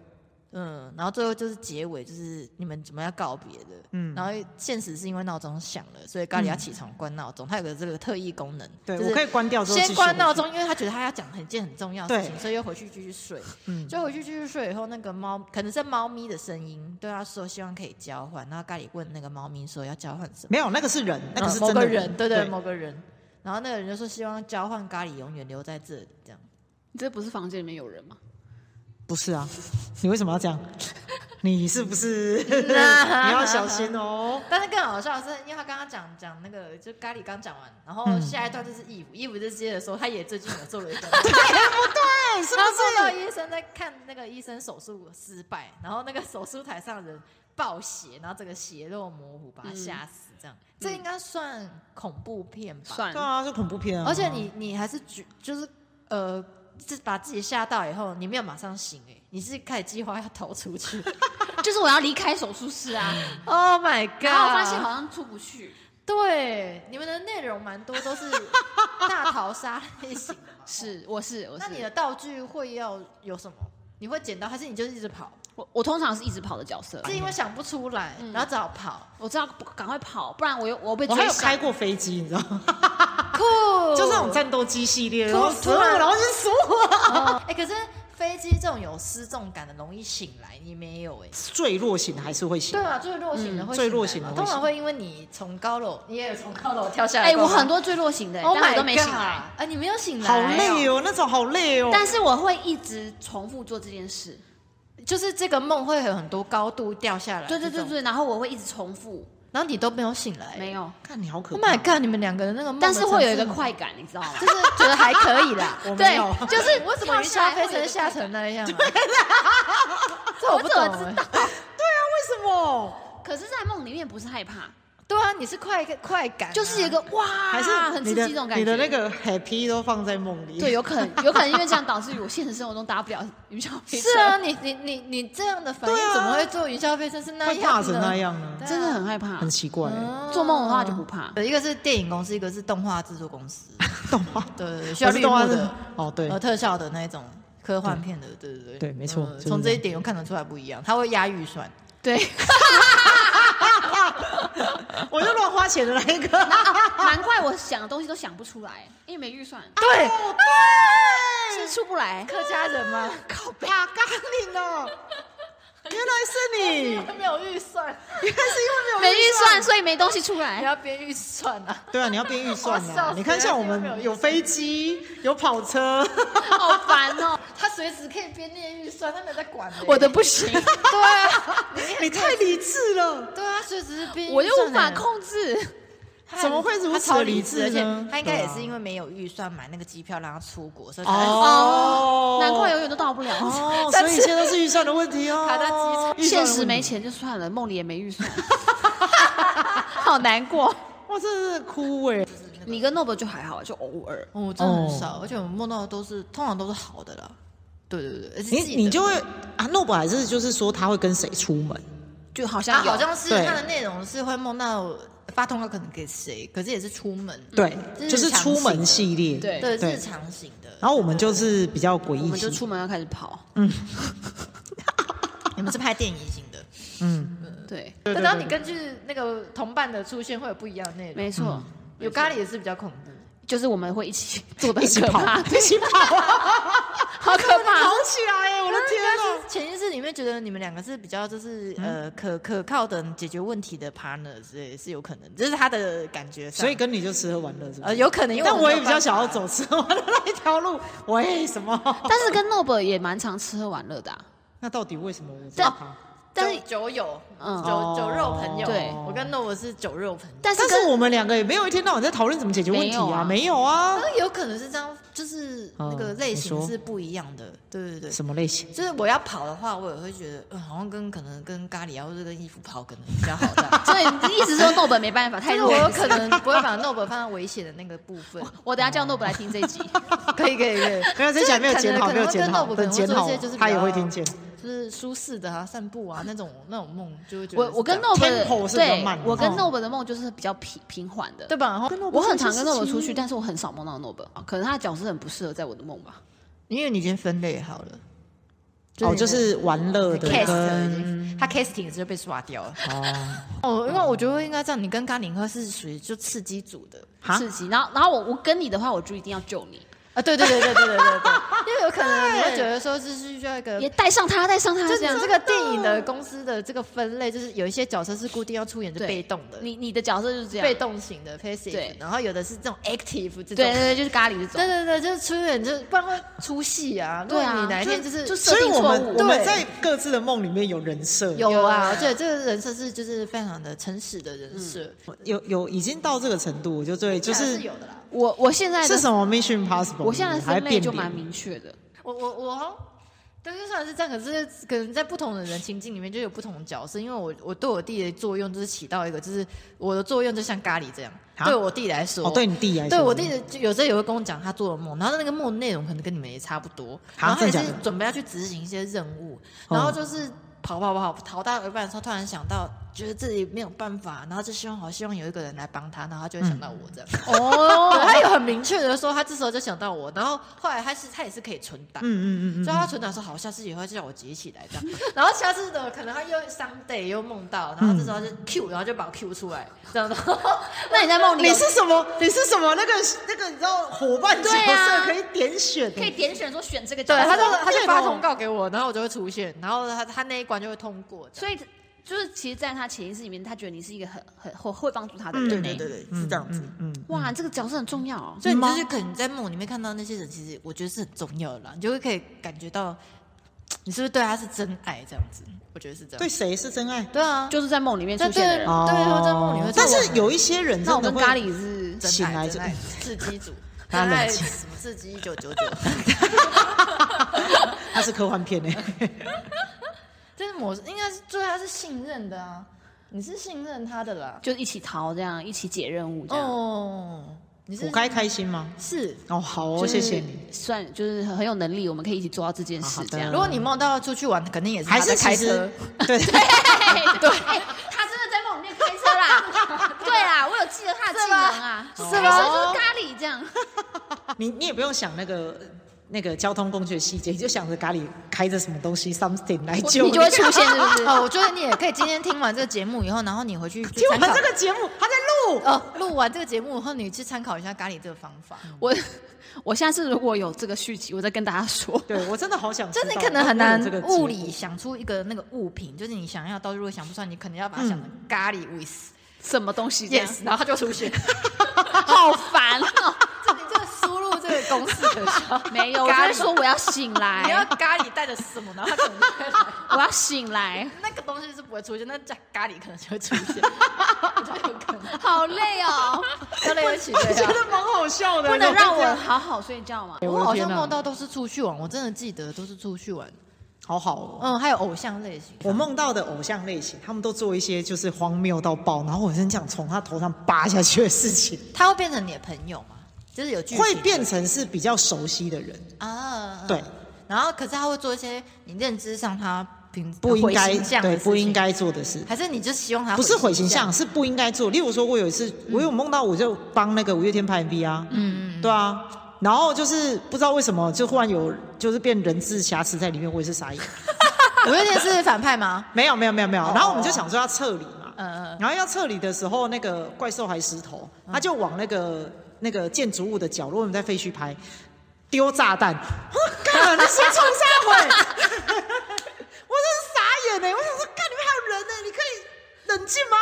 [SPEAKER 1] 嗯，然后最后就是结尾就是你们怎么要告别的，嗯，
[SPEAKER 2] 嗯
[SPEAKER 1] 然后现实是因为闹钟响了，所以咖喱要起床关闹钟，它有个这个特异功能，
[SPEAKER 2] 对、
[SPEAKER 1] 就是
[SPEAKER 2] 我可以关掉之后继
[SPEAKER 1] 先
[SPEAKER 2] 续
[SPEAKER 1] 关
[SPEAKER 2] 回
[SPEAKER 1] 闹
[SPEAKER 2] 去
[SPEAKER 1] 钟，，因为他觉得他要讲很件很重要的事情，
[SPEAKER 2] 对
[SPEAKER 1] 所以又回去继续睡。
[SPEAKER 2] 嗯
[SPEAKER 1] 就回去继续睡以后，那个猫可能是猫咪的声音对他说，希望可以交换。然后咖喱问那个猫咪说要交换什么？
[SPEAKER 2] 没有那个是人，那个是
[SPEAKER 1] 嗯某
[SPEAKER 2] 真
[SPEAKER 1] 个
[SPEAKER 2] 的
[SPEAKER 1] 人，对对，
[SPEAKER 2] 对
[SPEAKER 1] 某个人。然后那个人就说希望交换咖喱永远留在这里，这样。
[SPEAKER 3] 你这不是房间里面有人吗？
[SPEAKER 2] 不是啊，你为什么要这样？ <laughs> 你是
[SPEAKER 1] <laughs>
[SPEAKER 2] 不是你要小心哦？
[SPEAKER 1] 但是更好笑的是，因为他刚刚讲讲那个，就咖喱刚讲完，然后
[SPEAKER 2] 嗯
[SPEAKER 1] 下一段就是衣服，衣服就接着说，他也最近有做了一个
[SPEAKER 2] 哎，是
[SPEAKER 1] 他梦到
[SPEAKER 2] 不是？
[SPEAKER 1] 医生在看那个医生手术失败，然后那个手术台上人爆血，然后整个血肉模糊，把他吓死，这样、嗯这应该算恐怖片吧？。
[SPEAKER 2] <laughs>
[SPEAKER 3] 算
[SPEAKER 2] 对
[SPEAKER 3] 了，
[SPEAKER 2] 啊，是恐怖片啊！
[SPEAKER 1] 而且你你还是觉就是呃，是把自己吓到以后，你没有马上醒哎、你是开始计划要逃出去。
[SPEAKER 3] 就是我要离开手术室啊，
[SPEAKER 1] <laughs> oh my god！
[SPEAKER 3] 然后我发现好像出不去。
[SPEAKER 1] 对你们的内容蛮多都是大逃杀类型的嘛。 <laughs>
[SPEAKER 3] 是，我是我是。
[SPEAKER 1] 那你的道具会要有什么？你会捡到，还是你就是一直跑？
[SPEAKER 3] 我我通常是一直跑的角色，
[SPEAKER 1] 是因为想不出来，
[SPEAKER 3] 嗯
[SPEAKER 1] 然后只好跑。
[SPEAKER 3] 我知道赶快跑，不然我又我被
[SPEAKER 2] 我还
[SPEAKER 3] 追
[SPEAKER 2] 有
[SPEAKER 3] 杀
[SPEAKER 2] 开。过飞机，你知道吗？
[SPEAKER 1] 酷，
[SPEAKER 2] 就是那种
[SPEAKER 3] <laughs>
[SPEAKER 2] 战斗机系列，然后
[SPEAKER 1] 哦突
[SPEAKER 2] 突然
[SPEAKER 1] 然
[SPEAKER 2] 然后就死我，
[SPEAKER 1] 哦 <laughs> 哎、可是飞机这种有失重感的容易醒来，你没有哎、
[SPEAKER 2] 坠落型的还是会醒
[SPEAKER 1] 对。啊，最弱型的会醒来嘛、
[SPEAKER 2] 嗯最弱型的会
[SPEAKER 1] 通常会因为你从高楼，你也有从高楼跳下来。
[SPEAKER 3] 哎、我很多坠落型的、
[SPEAKER 1] ，Oh
[SPEAKER 3] 但
[SPEAKER 1] my
[SPEAKER 3] 我
[SPEAKER 1] god！
[SPEAKER 3] 都没醒来。
[SPEAKER 1] 啊，你没有醒来，
[SPEAKER 2] 好累哦，那种好累哦。
[SPEAKER 3] 但是我会一直重复做这件事，
[SPEAKER 1] 就是这个梦会有很多高度掉下来。
[SPEAKER 3] 对对对
[SPEAKER 1] 这种，
[SPEAKER 3] 对，然后我会一直重复，
[SPEAKER 1] 然后你都没有醒来。
[SPEAKER 3] 没有，
[SPEAKER 2] 看你好可
[SPEAKER 1] Oh
[SPEAKER 2] 怕
[SPEAKER 1] my，god！你们两个人那个梦的
[SPEAKER 3] 但
[SPEAKER 1] 层次
[SPEAKER 3] 是
[SPEAKER 1] 很，
[SPEAKER 3] 会有一
[SPEAKER 1] <laughs>
[SPEAKER 3] 个快感，你知道吗？
[SPEAKER 1] 就是觉得还可以啦。
[SPEAKER 2] 我没
[SPEAKER 3] 对
[SPEAKER 2] 有，
[SPEAKER 3] <laughs> 就是
[SPEAKER 1] 为什么
[SPEAKER 3] 跳
[SPEAKER 1] 云霄飞
[SPEAKER 3] 会有
[SPEAKER 1] 车
[SPEAKER 3] 一个
[SPEAKER 1] 下
[SPEAKER 3] 快
[SPEAKER 1] 成
[SPEAKER 3] 感？
[SPEAKER 1] 那样、啊？
[SPEAKER 3] <laughs>
[SPEAKER 1] 这我不懂、
[SPEAKER 3] 我怎么
[SPEAKER 1] 欸。
[SPEAKER 2] 为什么？
[SPEAKER 3] 可是，在梦里面不是害怕，
[SPEAKER 1] 对啊，你是快快感啊、
[SPEAKER 3] 就是有一个哇，
[SPEAKER 2] 还是
[SPEAKER 3] 啊很
[SPEAKER 2] 你
[SPEAKER 3] 刺
[SPEAKER 2] 的
[SPEAKER 3] 激这种感觉。
[SPEAKER 2] 你的那个 happy 都放在梦里。
[SPEAKER 3] 对，有可能，有可能因为这样导致于我现实生活中搭不了云霄飞车，
[SPEAKER 1] 是啊，，你你你你这样的反
[SPEAKER 2] 对
[SPEAKER 1] 应
[SPEAKER 2] 啊
[SPEAKER 1] 怎么会做云霄飞车是那
[SPEAKER 2] 会
[SPEAKER 1] 样
[SPEAKER 2] 怕
[SPEAKER 1] 的
[SPEAKER 2] 成那样呢，
[SPEAKER 1] 对啊
[SPEAKER 3] 真的很嗯害怕
[SPEAKER 2] 很。奇怪。
[SPEAKER 3] 做梦的话就不怕
[SPEAKER 1] 有一个是电影公司，一个是动画制作公司，
[SPEAKER 2] 动画
[SPEAKER 1] 对对对，需要
[SPEAKER 2] 我是
[SPEAKER 1] 绿幕
[SPEAKER 2] 动画
[SPEAKER 1] 的，
[SPEAKER 2] 哦，对
[SPEAKER 1] 呃，特效的那一种科幻片的，对对对，
[SPEAKER 2] 对没错
[SPEAKER 1] 嗯
[SPEAKER 2] 就是
[SPEAKER 1] 从
[SPEAKER 2] 这
[SPEAKER 1] 这一
[SPEAKER 2] 样
[SPEAKER 1] 点又看得出来不一样，它会压预算，
[SPEAKER 3] <laughs> 对，
[SPEAKER 2] 我就乱花钱的那一个。
[SPEAKER 3] <laughs> 难怪我想的东西都想不出来，因为没预算，
[SPEAKER 1] 对，
[SPEAKER 3] 是出不来。
[SPEAKER 1] 客家人 <laughs> 吗？
[SPEAKER 2] 靠吧，咖喱哦，原来是你，原来
[SPEAKER 1] 没有预算，
[SPEAKER 2] 是因为没
[SPEAKER 3] 没
[SPEAKER 2] 有
[SPEAKER 3] 预算，
[SPEAKER 2] 算。
[SPEAKER 3] 所以没东西出
[SPEAKER 1] 还
[SPEAKER 3] 来。
[SPEAKER 1] 要编预算啊，
[SPEAKER 2] 对啊，你要编预算
[SPEAKER 1] 我笑
[SPEAKER 2] 啊！
[SPEAKER 1] 死
[SPEAKER 2] 你看，像我们有飞机，有跑车，
[SPEAKER 3] <laughs> 好烦 <laughs> 哦！
[SPEAKER 1] 他随时可以编列预算，他没有在管欸的，
[SPEAKER 3] 不行，
[SPEAKER 1] 对啊，
[SPEAKER 2] 你太理智了。
[SPEAKER 1] 对啊，随时是编，
[SPEAKER 3] 我又无法。控制。
[SPEAKER 1] 他
[SPEAKER 2] 怎么会如此
[SPEAKER 1] 他超理
[SPEAKER 2] 理
[SPEAKER 1] 而
[SPEAKER 2] 智
[SPEAKER 1] 且
[SPEAKER 2] 呢
[SPEAKER 1] 他应该也
[SPEAKER 2] 对啊
[SPEAKER 1] 是因为没有预算买那个机票让他出国，所以才
[SPEAKER 2] 哦
[SPEAKER 3] 难怪永远都到不了。
[SPEAKER 2] 哦，所以现在都是预算的问题哦。
[SPEAKER 1] 卡在机
[SPEAKER 2] 预算的
[SPEAKER 3] <laughs> 现
[SPEAKER 2] 问题
[SPEAKER 3] 实没，钱就算了，梦里也没预 <laughs> 算，好难过。
[SPEAKER 2] 哇，真的是哭哎！
[SPEAKER 3] <laughs> 你跟 Noble 就还好，啊就偶尔。
[SPEAKER 1] 哦，真的
[SPEAKER 2] 哦
[SPEAKER 1] 很少，而且我们梦到的都是通常都是好的啦。对对对，而且
[SPEAKER 2] 你
[SPEAKER 1] 自己的
[SPEAKER 2] 你就会啊，诺本还是就是说他会跟谁出门？
[SPEAKER 3] 就好像
[SPEAKER 1] 啊，
[SPEAKER 3] 有，
[SPEAKER 1] 好像是
[SPEAKER 2] 对
[SPEAKER 1] 它的内容是会梦到发通告可能给谁，可是也是出门，
[SPEAKER 2] 对，
[SPEAKER 1] 嗯
[SPEAKER 2] 就是出门系列。
[SPEAKER 3] 对
[SPEAKER 1] 对
[SPEAKER 2] 对
[SPEAKER 1] 日常型的。
[SPEAKER 2] 然后我们就是比较诡
[SPEAKER 3] 我
[SPEAKER 2] 异
[SPEAKER 3] 们就
[SPEAKER 2] 型，
[SPEAKER 3] 出门要开始跑。
[SPEAKER 1] 你们是拍电影型的，
[SPEAKER 2] 嗯，
[SPEAKER 3] 对，
[SPEAKER 2] 对对
[SPEAKER 1] 但然后
[SPEAKER 2] 对
[SPEAKER 1] 你根据那个同伴的出现会有不一样的内容。
[SPEAKER 3] 没错，
[SPEAKER 1] 有咖喱也是比较恐怖，
[SPEAKER 3] 就是我们会一起做的
[SPEAKER 2] 一
[SPEAKER 3] 很
[SPEAKER 2] 起
[SPEAKER 3] 可
[SPEAKER 2] 跑
[SPEAKER 3] 怕，，
[SPEAKER 2] 一起跑啊，
[SPEAKER 3] <laughs> 好可怕
[SPEAKER 2] 跑。起来哎！我的天嗯哪！
[SPEAKER 1] 但是潜意识里面觉得你们两个是比较就是呃可可靠的解决问题的 partner 之类是有可能，这是他的感觉上。
[SPEAKER 2] 所以跟你就吃喝玩乐是吧？
[SPEAKER 1] 呃有可能，因为
[SPEAKER 2] 但
[SPEAKER 1] 们
[SPEAKER 2] 我也
[SPEAKER 1] 没有
[SPEAKER 2] 比较
[SPEAKER 1] 办
[SPEAKER 2] 想
[SPEAKER 1] 法
[SPEAKER 2] 要走吃喝玩乐那一条路。为
[SPEAKER 1] <laughs>
[SPEAKER 2] 什么？
[SPEAKER 3] <laughs> 但是跟 Noble 也蛮常吃喝玩乐的啊，
[SPEAKER 2] 那到底为什么我这
[SPEAKER 1] 啊
[SPEAKER 3] 但
[SPEAKER 1] 酒
[SPEAKER 2] 样？
[SPEAKER 3] 但是
[SPEAKER 1] 酒友，
[SPEAKER 3] 嗯
[SPEAKER 1] 酒酒肉朋友。
[SPEAKER 3] 对
[SPEAKER 1] 我跟 No 我是酒肉朋友。
[SPEAKER 3] 但是
[SPEAKER 2] 但
[SPEAKER 3] 跟
[SPEAKER 2] 是我们两个也没有一天到晚在讨论怎么解决问题啊，没
[SPEAKER 3] 没。
[SPEAKER 2] 有啊。
[SPEAKER 1] 那有可能是这样，就是那个
[SPEAKER 2] 嗯
[SPEAKER 1] 类
[SPEAKER 2] 你
[SPEAKER 1] 型
[SPEAKER 2] 说
[SPEAKER 1] 是不一样的。对对对，
[SPEAKER 2] 什么类型？
[SPEAKER 1] 就是我要跑的话，我也会觉得，嗯，好像跟可能跟咖喱啊，或者跟衣服跑可能比较好这样
[SPEAKER 2] <laughs>
[SPEAKER 3] 所以 <laughs> 你一直说 Noble 没办法，
[SPEAKER 1] 但
[SPEAKER 3] 太
[SPEAKER 1] 是
[SPEAKER 3] 弱
[SPEAKER 1] 我
[SPEAKER 3] 了。
[SPEAKER 1] 有可能不会把 Nob 放在危险的那个部
[SPEAKER 2] <laughs>
[SPEAKER 1] 分。
[SPEAKER 3] <laughs> 我等下叫 Noble 来听这一 <laughs> 集，
[SPEAKER 1] 可以可以可以，
[SPEAKER 2] 没有，之前没有
[SPEAKER 1] 就是可能可
[SPEAKER 2] 检讨，
[SPEAKER 1] 能
[SPEAKER 2] 没有检讨，
[SPEAKER 1] 会跟 Nob
[SPEAKER 2] 等检讨
[SPEAKER 1] 可能会做一些就是比较
[SPEAKER 2] 他也会听见。
[SPEAKER 1] 就是舒适的啊，散步啊那种那种梦，就会觉得
[SPEAKER 3] 我我跟
[SPEAKER 1] 是这样
[SPEAKER 3] Noble 的
[SPEAKER 2] Tempo 是比较
[SPEAKER 3] 对
[SPEAKER 2] 慢的，
[SPEAKER 3] 我跟
[SPEAKER 2] 哦
[SPEAKER 3] Noble 的梦就是比较平平缓的。
[SPEAKER 1] 对吧？然后
[SPEAKER 3] 我很常跟 Noble 出去，但是我很少梦到 Noble，可能他的角色很不适合在我的梦吧。
[SPEAKER 1] 因为你已经分类好了，
[SPEAKER 2] 哦，就是玩乐的
[SPEAKER 1] cast 已
[SPEAKER 2] 跟
[SPEAKER 1] 经，他 casting 就被刷掉了。
[SPEAKER 2] 哦，
[SPEAKER 1] <laughs> 哦，因为我觉得应该这样，你跟咖喱喝是属于就刺激组的
[SPEAKER 2] 哈
[SPEAKER 3] 刺激。然后然后我我跟你的话，我就一定要救你，
[SPEAKER 1] 啊，对对对对对对对对， <laughs> 因为有可能你会觉得说，就是需要一
[SPEAKER 2] 呃
[SPEAKER 1] 个
[SPEAKER 3] 也。带上他，带上他
[SPEAKER 1] 就
[SPEAKER 3] 这样
[SPEAKER 1] 这。个电影的公司的这个分类，就是有一些角色是固定要出演，就
[SPEAKER 3] 对
[SPEAKER 1] 被动的，
[SPEAKER 3] 你你的角色就是这样，
[SPEAKER 1] 被动型的 passive，
[SPEAKER 3] 对
[SPEAKER 1] 然后有的是这种 active 这种，
[SPEAKER 3] 对
[SPEAKER 1] 对
[SPEAKER 3] 对对，就是咖喱这种。
[SPEAKER 1] 对对，就是出演就不然会出戏啊。如
[SPEAKER 3] 对
[SPEAKER 1] 果
[SPEAKER 3] 啊
[SPEAKER 1] 你哪一天就是
[SPEAKER 3] 就
[SPEAKER 2] 所以我
[SPEAKER 3] 设定错
[SPEAKER 2] 们
[SPEAKER 3] 误
[SPEAKER 2] 我们
[SPEAKER 1] 对
[SPEAKER 2] 在各自的梦里面有人设，
[SPEAKER 1] 有啊，嗯
[SPEAKER 3] 有
[SPEAKER 1] 而且这个人设是就是非常的诚实的人设，
[SPEAKER 2] 有有已经到这个程度，就对，就
[SPEAKER 1] 还
[SPEAKER 2] 是
[SPEAKER 1] 是有的啦。
[SPEAKER 3] 我我现在的
[SPEAKER 2] 是什么 Mission Possible？
[SPEAKER 3] 我现在的
[SPEAKER 2] 还
[SPEAKER 3] 分类
[SPEAKER 2] 变
[SPEAKER 3] 就
[SPEAKER 2] 脸
[SPEAKER 3] 蛮明确的，
[SPEAKER 1] 我我我好像，对，就算是这样，可是可能在不同的人情境里面就有不同的角色。因为我我对我弟的作用就是起到一个，就是我的作用就像咖喱这样，
[SPEAKER 2] 啊
[SPEAKER 1] 对我弟来说，
[SPEAKER 2] 哦，对你弟来说，
[SPEAKER 1] 对我弟的就有时候也会跟我讲他做的梦，然后那个梦内容可能跟你们也差不多，
[SPEAKER 2] 啊
[SPEAKER 1] 然后他也
[SPEAKER 2] 真
[SPEAKER 1] 是
[SPEAKER 2] 的假的
[SPEAKER 1] 准备要去执行一些任务，
[SPEAKER 2] 哦
[SPEAKER 1] 然后就是跑跑跑跑跑到一半的时候，突然想到觉得自己没有办法，然后就希望好希望有一个人来帮他，然后他就会想到
[SPEAKER 2] 嗯
[SPEAKER 1] 我这样。 <laughs>
[SPEAKER 2] <laughs>
[SPEAKER 1] 对
[SPEAKER 3] 哦，
[SPEAKER 1] 他有很明确的说，他这时候就想到我，然后后来他是他也是可以存档，
[SPEAKER 2] 嗯嗯嗯
[SPEAKER 1] 所以他存档说好，下次以后就叫我截起来这样。 <laughs> 然后下次呢，可能他又 someday 又梦到，然后这时候就 Q，然后就把我 Q 出来，这 <laughs> 样的。
[SPEAKER 3] 那你在梦
[SPEAKER 2] 嗯，
[SPEAKER 3] 里
[SPEAKER 2] 你
[SPEAKER 3] 有
[SPEAKER 2] 是什么？你是什么？那个那个，你知道伙伴角
[SPEAKER 3] 对啊
[SPEAKER 2] 色可以点选，
[SPEAKER 3] 可以点选说选这个角
[SPEAKER 1] 对，
[SPEAKER 3] 色，
[SPEAKER 1] 他就他就发
[SPEAKER 2] 对哦
[SPEAKER 1] 通告给我，然后我就会出现，然后他他那一关就会通过。
[SPEAKER 3] 所以就是其实，在他潜意识里面，他觉得你是一个很很会会帮助他的
[SPEAKER 2] 嗯
[SPEAKER 3] 人，欸
[SPEAKER 2] 对对对嗯对，是这样子，嗯，
[SPEAKER 3] 哇，这个角色很重要哦。
[SPEAKER 1] 所以你就是可能在梦里面看到那些人，其实我觉得是很重要的啦，你就会可以感觉到你是不是对他是真爱这样子，我觉得是这样。
[SPEAKER 2] 对谁是真爱？
[SPEAKER 1] 对啊，
[SPEAKER 3] 就是在梦里面出
[SPEAKER 1] 对
[SPEAKER 3] 现的
[SPEAKER 1] 对
[SPEAKER 3] 人。
[SPEAKER 2] 哦
[SPEAKER 1] 对，我在梦里会做
[SPEAKER 2] 但
[SPEAKER 1] 梦
[SPEAKER 2] 是有一些人
[SPEAKER 3] 那我
[SPEAKER 2] 真的
[SPEAKER 3] 跟
[SPEAKER 2] 会
[SPEAKER 3] 咖喱是
[SPEAKER 1] 真爱
[SPEAKER 2] 醒来
[SPEAKER 1] 真
[SPEAKER 2] 就
[SPEAKER 1] 爱刺激 <laughs> 组，
[SPEAKER 2] 大家
[SPEAKER 1] 真
[SPEAKER 2] 冷
[SPEAKER 1] 爱
[SPEAKER 2] 静
[SPEAKER 1] 什么刺激一九 <laughs> 九九，
[SPEAKER 2] 它是科幻片欸诶，
[SPEAKER 1] 但是我应该是对他是信任的啊，你是信任他的啦。
[SPEAKER 3] 就一起逃这样，一起解任务这样。
[SPEAKER 1] 哦，你是
[SPEAKER 2] 我该开心吗？
[SPEAKER 1] 是。
[SPEAKER 2] 哦，好
[SPEAKER 3] 就
[SPEAKER 2] 哦，
[SPEAKER 3] 是
[SPEAKER 2] 谢谢你。
[SPEAKER 3] 算就是很有能力，我们可以一起做到这件事这样
[SPEAKER 2] 好
[SPEAKER 1] 如。果你梦到出去玩，肯定也是
[SPEAKER 2] 还
[SPEAKER 1] 他在
[SPEAKER 2] 是
[SPEAKER 1] 开
[SPEAKER 2] 其
[SPEAKER 1] 车
[SPEAKER 2] 实。对，
[SPEAKER 3] <laughs> 对对，哎他真的在梦里面开车啦。 <laughs> 对啦，我有记得他的技能啊，
[SPEAKER 1] 是吗是
[SPEAKER 3] 开车
[SPEAKER 1] 吗
[SPEAKER 3] 就是咖喱这样。
[SPEAKER 2] 你你也不用想那个那个交通工具的细节，你就想着咖喱开着什么东西 something 来救
[SPEAKER 3] 你就会出现，是不
[SPEAKER 1] <laughs>
[SPEAKER 3] 是？
[SPEAKER 1] 哦，我觉得你也可以今天听完这个节目以后，然后你回去去
[SPEAKER 2] 听我
[SPEAKER 1] 参
[SPEAKER 2] 们
[SPEAKER 1] 考
[SPEAKER 2] 这个节目，他在录。
[SPEAKER 1] 哦，录完这个节目以后，你去参考一下咖喱这个方法。
[SPEAKER 3] 我我下次如果有这个续集，我再跟大家 <laughs> 说。
[SPEAKER 2] 对我真的好想知
[SPEAKER 1] 就
[SPEAKER 2] 道，
[SPEAKER 1] 是你可能很难
[SPEAKER 2] 会不会有这个节目
[SPEAKER 1] 物理想出一个那个物品，就是你想要，到如果想不出来，你可能要把它想成咖喱 <laughs> with
[SPEAKER 3] 什么东西这样
[SPEAKER 1] yes，然后它就出现。
[SPEAKER 3] <laughs> 好烦哦！
[SPEAKER 1] 就你这个输入这个公式的时候，
[SPEAKER 3] <laughs>
[SPEAKER 1] <laughs>
[SPEAKER 3] 没有，我
[SPEAKER 1] 咖
[SPEAKER 3] 就
[SPEAKER 1] 喱
[SPEAKER 3] 是说我要醒
[SPEAKER 1] 你要
[SPEAKER 3] 来，
[SPEAKER 1] 咖喱带着什么，然后它可能 <laughs> 就会来
[SPEAKER 3] 我要醒 <laughs> 来，
[SPEAKER 1] 那个东西是不会出现，那加咖喱可能就会出 <laughs> 现，我觉得有可能。
[SPEAKER 3] 好累哦，
[SPEAKER 1] 要累起啊
[SPEAKER 2] 我觉
[SPEAKER 1] 来。
[SPEAKER 2] 得蛮好笑的，
[SPEAKER 3] 不能让
[SPEAKER 2] 这
[SPEAKER 3] 我
[SPEAKER 2] 样
[SPEAKER 3] 好好睡觉吗？
[SPEAKER 1] 我
[SPEAKER 2] 的
[SPEAKER 1] 好
[SPEAKER 2] 天
[SPEAKER 1] 像
[SPEAKER 2] 哪
[SPEAKER 1] 梦到都是出去玩，我真的记得都是出去玩。
[SPEAKER 2] 好好哦。
[SPEAKER 1] 嗯，还有偶像类型，
[SPEAKER 2] 我梦到的偶像类型，他们都做一些就是荒谬到爆，然后我很想从他头上扒下去的事情，
[SPEAKER 1] 他会变成你的朋友吗？就是有剧情的
[SPEAKER 2] 会变成是比较熟悉的人，
[SPEAKER 1] 啊，
[SPEAKER 2] 对。
[SPEAKER 1] 然后，可是他会做一些你认知上他平
[SPEAKER 2] 不应该
[SPEAKER 1] 毁形象的
[SPEAKER 2] 对
[SPEAKER 1] 事情
[SPEAKER 2] 不应，该做的事，
[SPEAKER 1] 还是你就希望他
[SPEAKER 2] 不是毁形象，？是不应该做。例如说，我有一次，我有梦到我就帮那个五月天拍 MV 啊，嗯，对啊，然后就是不知道为什么就忽然有就是变人质瑕疵在里面，我也是 <laughs> 傻眼。
[SPEAKER 1] 我有点
[SPEAKER 2] <laughs>
[SPEAKER 1] 是反派吗？
[SPEAKER 2] 没有没有没有没有，
[SPEAKER 1] 哦
[SPEAKER 2] 然后我们就想说要撤离嘛，
[SPEAKER 1] 嗯嗯
[SPEAKER 2] 然后要撤离的时候，那个怪兽还石头，他就往那个那个建筑物的角落，我们在废墟拍丢炸 <laughs> 弹，我靠，那谁冲上尾？ <laughs> 我真是傻眼欸呢、我想说，看里面还有人呢、欸你可以冷静吗？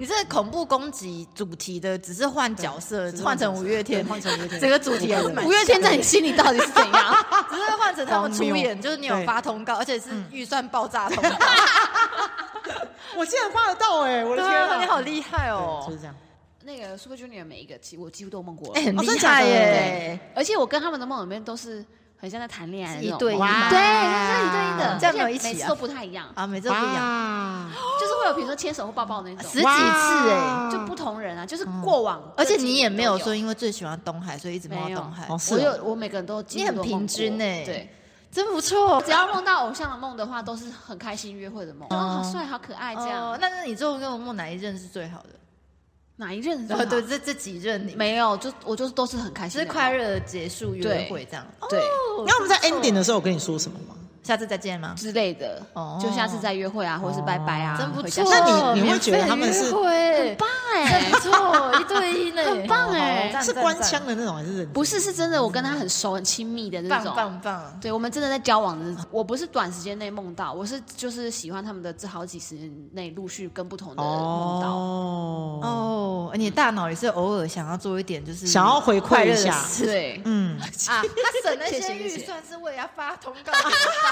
[SPEAKER 1] 你这个恐怖攻击主题的，只是换角色，
[SPEAKER 2] 只是
[SPEAKER 1] 换
[SPEAKER 2] 换角色
[SPEAKER 1] 成五月天，
[SPEAKER 2] 对换成 <laughs> 五月天
[SPEAKER 1] 整个主题啊还是蛮
[SPEAKER 3] 五月天在你心里到底是怎样？
[SPEAKER 1] <laughs> 只是换成他们出
[SPEAKER 2] 荒
[SPEAKER 1] 演，
[SPEAKER 2] 谬
[SPEAKER 1] 就是你有
[SPEAKER 2] 对啊
[SPEAKER 1] 发通告，而且是预算爆炸
[SPEAKER 2] <laughs>
[SPEAKER 1] 通告，
[SPEAKER 2] 我竟然发得到哎、我的
[SPEAKER 1] 对
[SPEAKER 2] 天、啊
[SPEAKER 1] 啊，你好厉害
[SPEAKER 2] 对
[SPEAKER 1] 哦
[SPEAKER 2] 就是！这样。
[SPEAKER 3] 那个 Super Junior 每一个，其我几乎都有梦过了
[SPEAKER 1] 哎，很
[SPEAKER 2] 哦
[SPEAKER 1] 厉
[SPEAKER 2] 真的假
[SPEAKER 1] 害
[SPEAKER 2] 的
[SPEAKER 1] 耶！
[SPEAKER 3] <laughs> 而且我跟他们的梦里面都是很像在谈恋爱的
[SPEAKER 1] 是一
[SPEAKER 3] 那种
[SPEAKER 1] 对一吗
[SPEAKER 3] 对，就是一对一的，
[SPEAKER 1] 这样没有
[SPEAKER 3] 而且
[SPEAKER 1] 一起啊
[SPEAKER 3] 每次都不太一样，
[SPEAKER 1] 啊，每次都不一样，
[SPEAKER 2] 哇，
[SPEAKER 3] 就是会有比如说牵手或抱抱那种，
[SPEAKER 1] 十几次哎，
[SPEAKER 2] 哇
[SPEAKER 3] 就不同人啊，就是过往，
[SPEAKER 1] 嗯而且你也没有
[SPEAKER 3] 说
[SPEAKER 1] 说因为最喜欢东海，所以一直梦
[SPEAKER 3] 没
[SPEAKER 1] 到
[SPEAKER 3] 有
[SPEAKER 1] 东海，
[SPEAKER 2] 哦是
[SPEAKER 3] 我有我每个人都几乎
[SPEAKER 1] 你很
[SPEAKER 3] 都梦过
[SPEAKER 1] 平均欸
[SPEAKER 3] 对。
[SPEAKER 1] 真不错
[SPEAKER 3] 只。要梦到偶像的梦的话，都是很开心约会的梦，哦，好帅，好可爱这
[SPEAKER 1] 嗯哦
[SPEAKER 3] 样。
[SPEAKER 1] 那那你最后跟我梦哪一任是最好的？
[SPEAKER 3] 哪一任？
[SPEAKER 1] 哦，对，，这这几任你们
[SPEAKER 3] 没有，就我就是都是很开
[SPEAKER 1] 就
[SPEAKER 3] 心
[SPEAKER 1] 是
[SPEAKER 3] 的梦，
[SPEAKER 1] 快乐的结束约会这样。
[SPEAKER 3] 对
[SPEAKER 1] 哦
[SPEAKER 2] 那我们在 ending 的时候，我跟你说什么吗？
[SPEAKER 1] 下次再见吗？
[SPEAKER 3] 之类的
[SPEAKER 1] 哦。
[SPEAKER 3] 就下次再约会啊，或者是拜拜啊，
[SPEAKER 1] 真不
[SPEAKER 3] 回
[SPEAKER 1] 错哦
[SPEAKER 3] 家，
[SPEAKER 2] 那你你会觉得他们
[SPEAKER 1] 免
[SPEAKER 2] 是
[SPEAKER 1] 费约会
[SPEAKER 3] 很棒哎
[SPEAKER 1] 真不，错，一对一呢，
[SPEAKER 3] 很棒哎
[SPEAKER 1] 赞
[SPEAKER 2] 是
[SPEAKER 1] 赞
[SPEAKER 2] 官
[SPEAKER 1] 赞
[SPEAKER 2] 腔的那种还是认真
[SPEAKER 3] <laughs> 不是是真的，我跟他很熟很亲密的那
[SPEAKER 1] 棒
[SPEAKER 3] 种。
[SPEAKER 1] 棒棒。
[SPEAKER 3] 对，我们真的在交往的，我不是短时间内梦到，我是就是喜欢他们的这好几十年内陆续跟不同的梦到。
[SPEAKER 2] 哦
[SPEAKER 1] 哦，你的大脑也是偶尔想要做一点，就是
[SPEAKER 2] 想要回
[SPEAKER 1] 快
[SPEAKER 2] 馈
[SPEAKER 1] 乐
[SPEAKER 2] 一
[SPEAKER 1] 的
[SPEAKER 2] 下，
[SPEAKER 1] 事
[SPEAKER 3] 对，
[SPEAKER 2] 嗯，
[SPEAKER 1] 啊。他省那
[SPEAKER 3] 谢
[SPEAKER 1] 些
[SPEAKER 3] 谢
[SPEAKER 1] 预
[SPEAKER 3] 谢谢
[SPEAKER 1] 算是为了要发通告，
[SPEAKER 3] <laughs>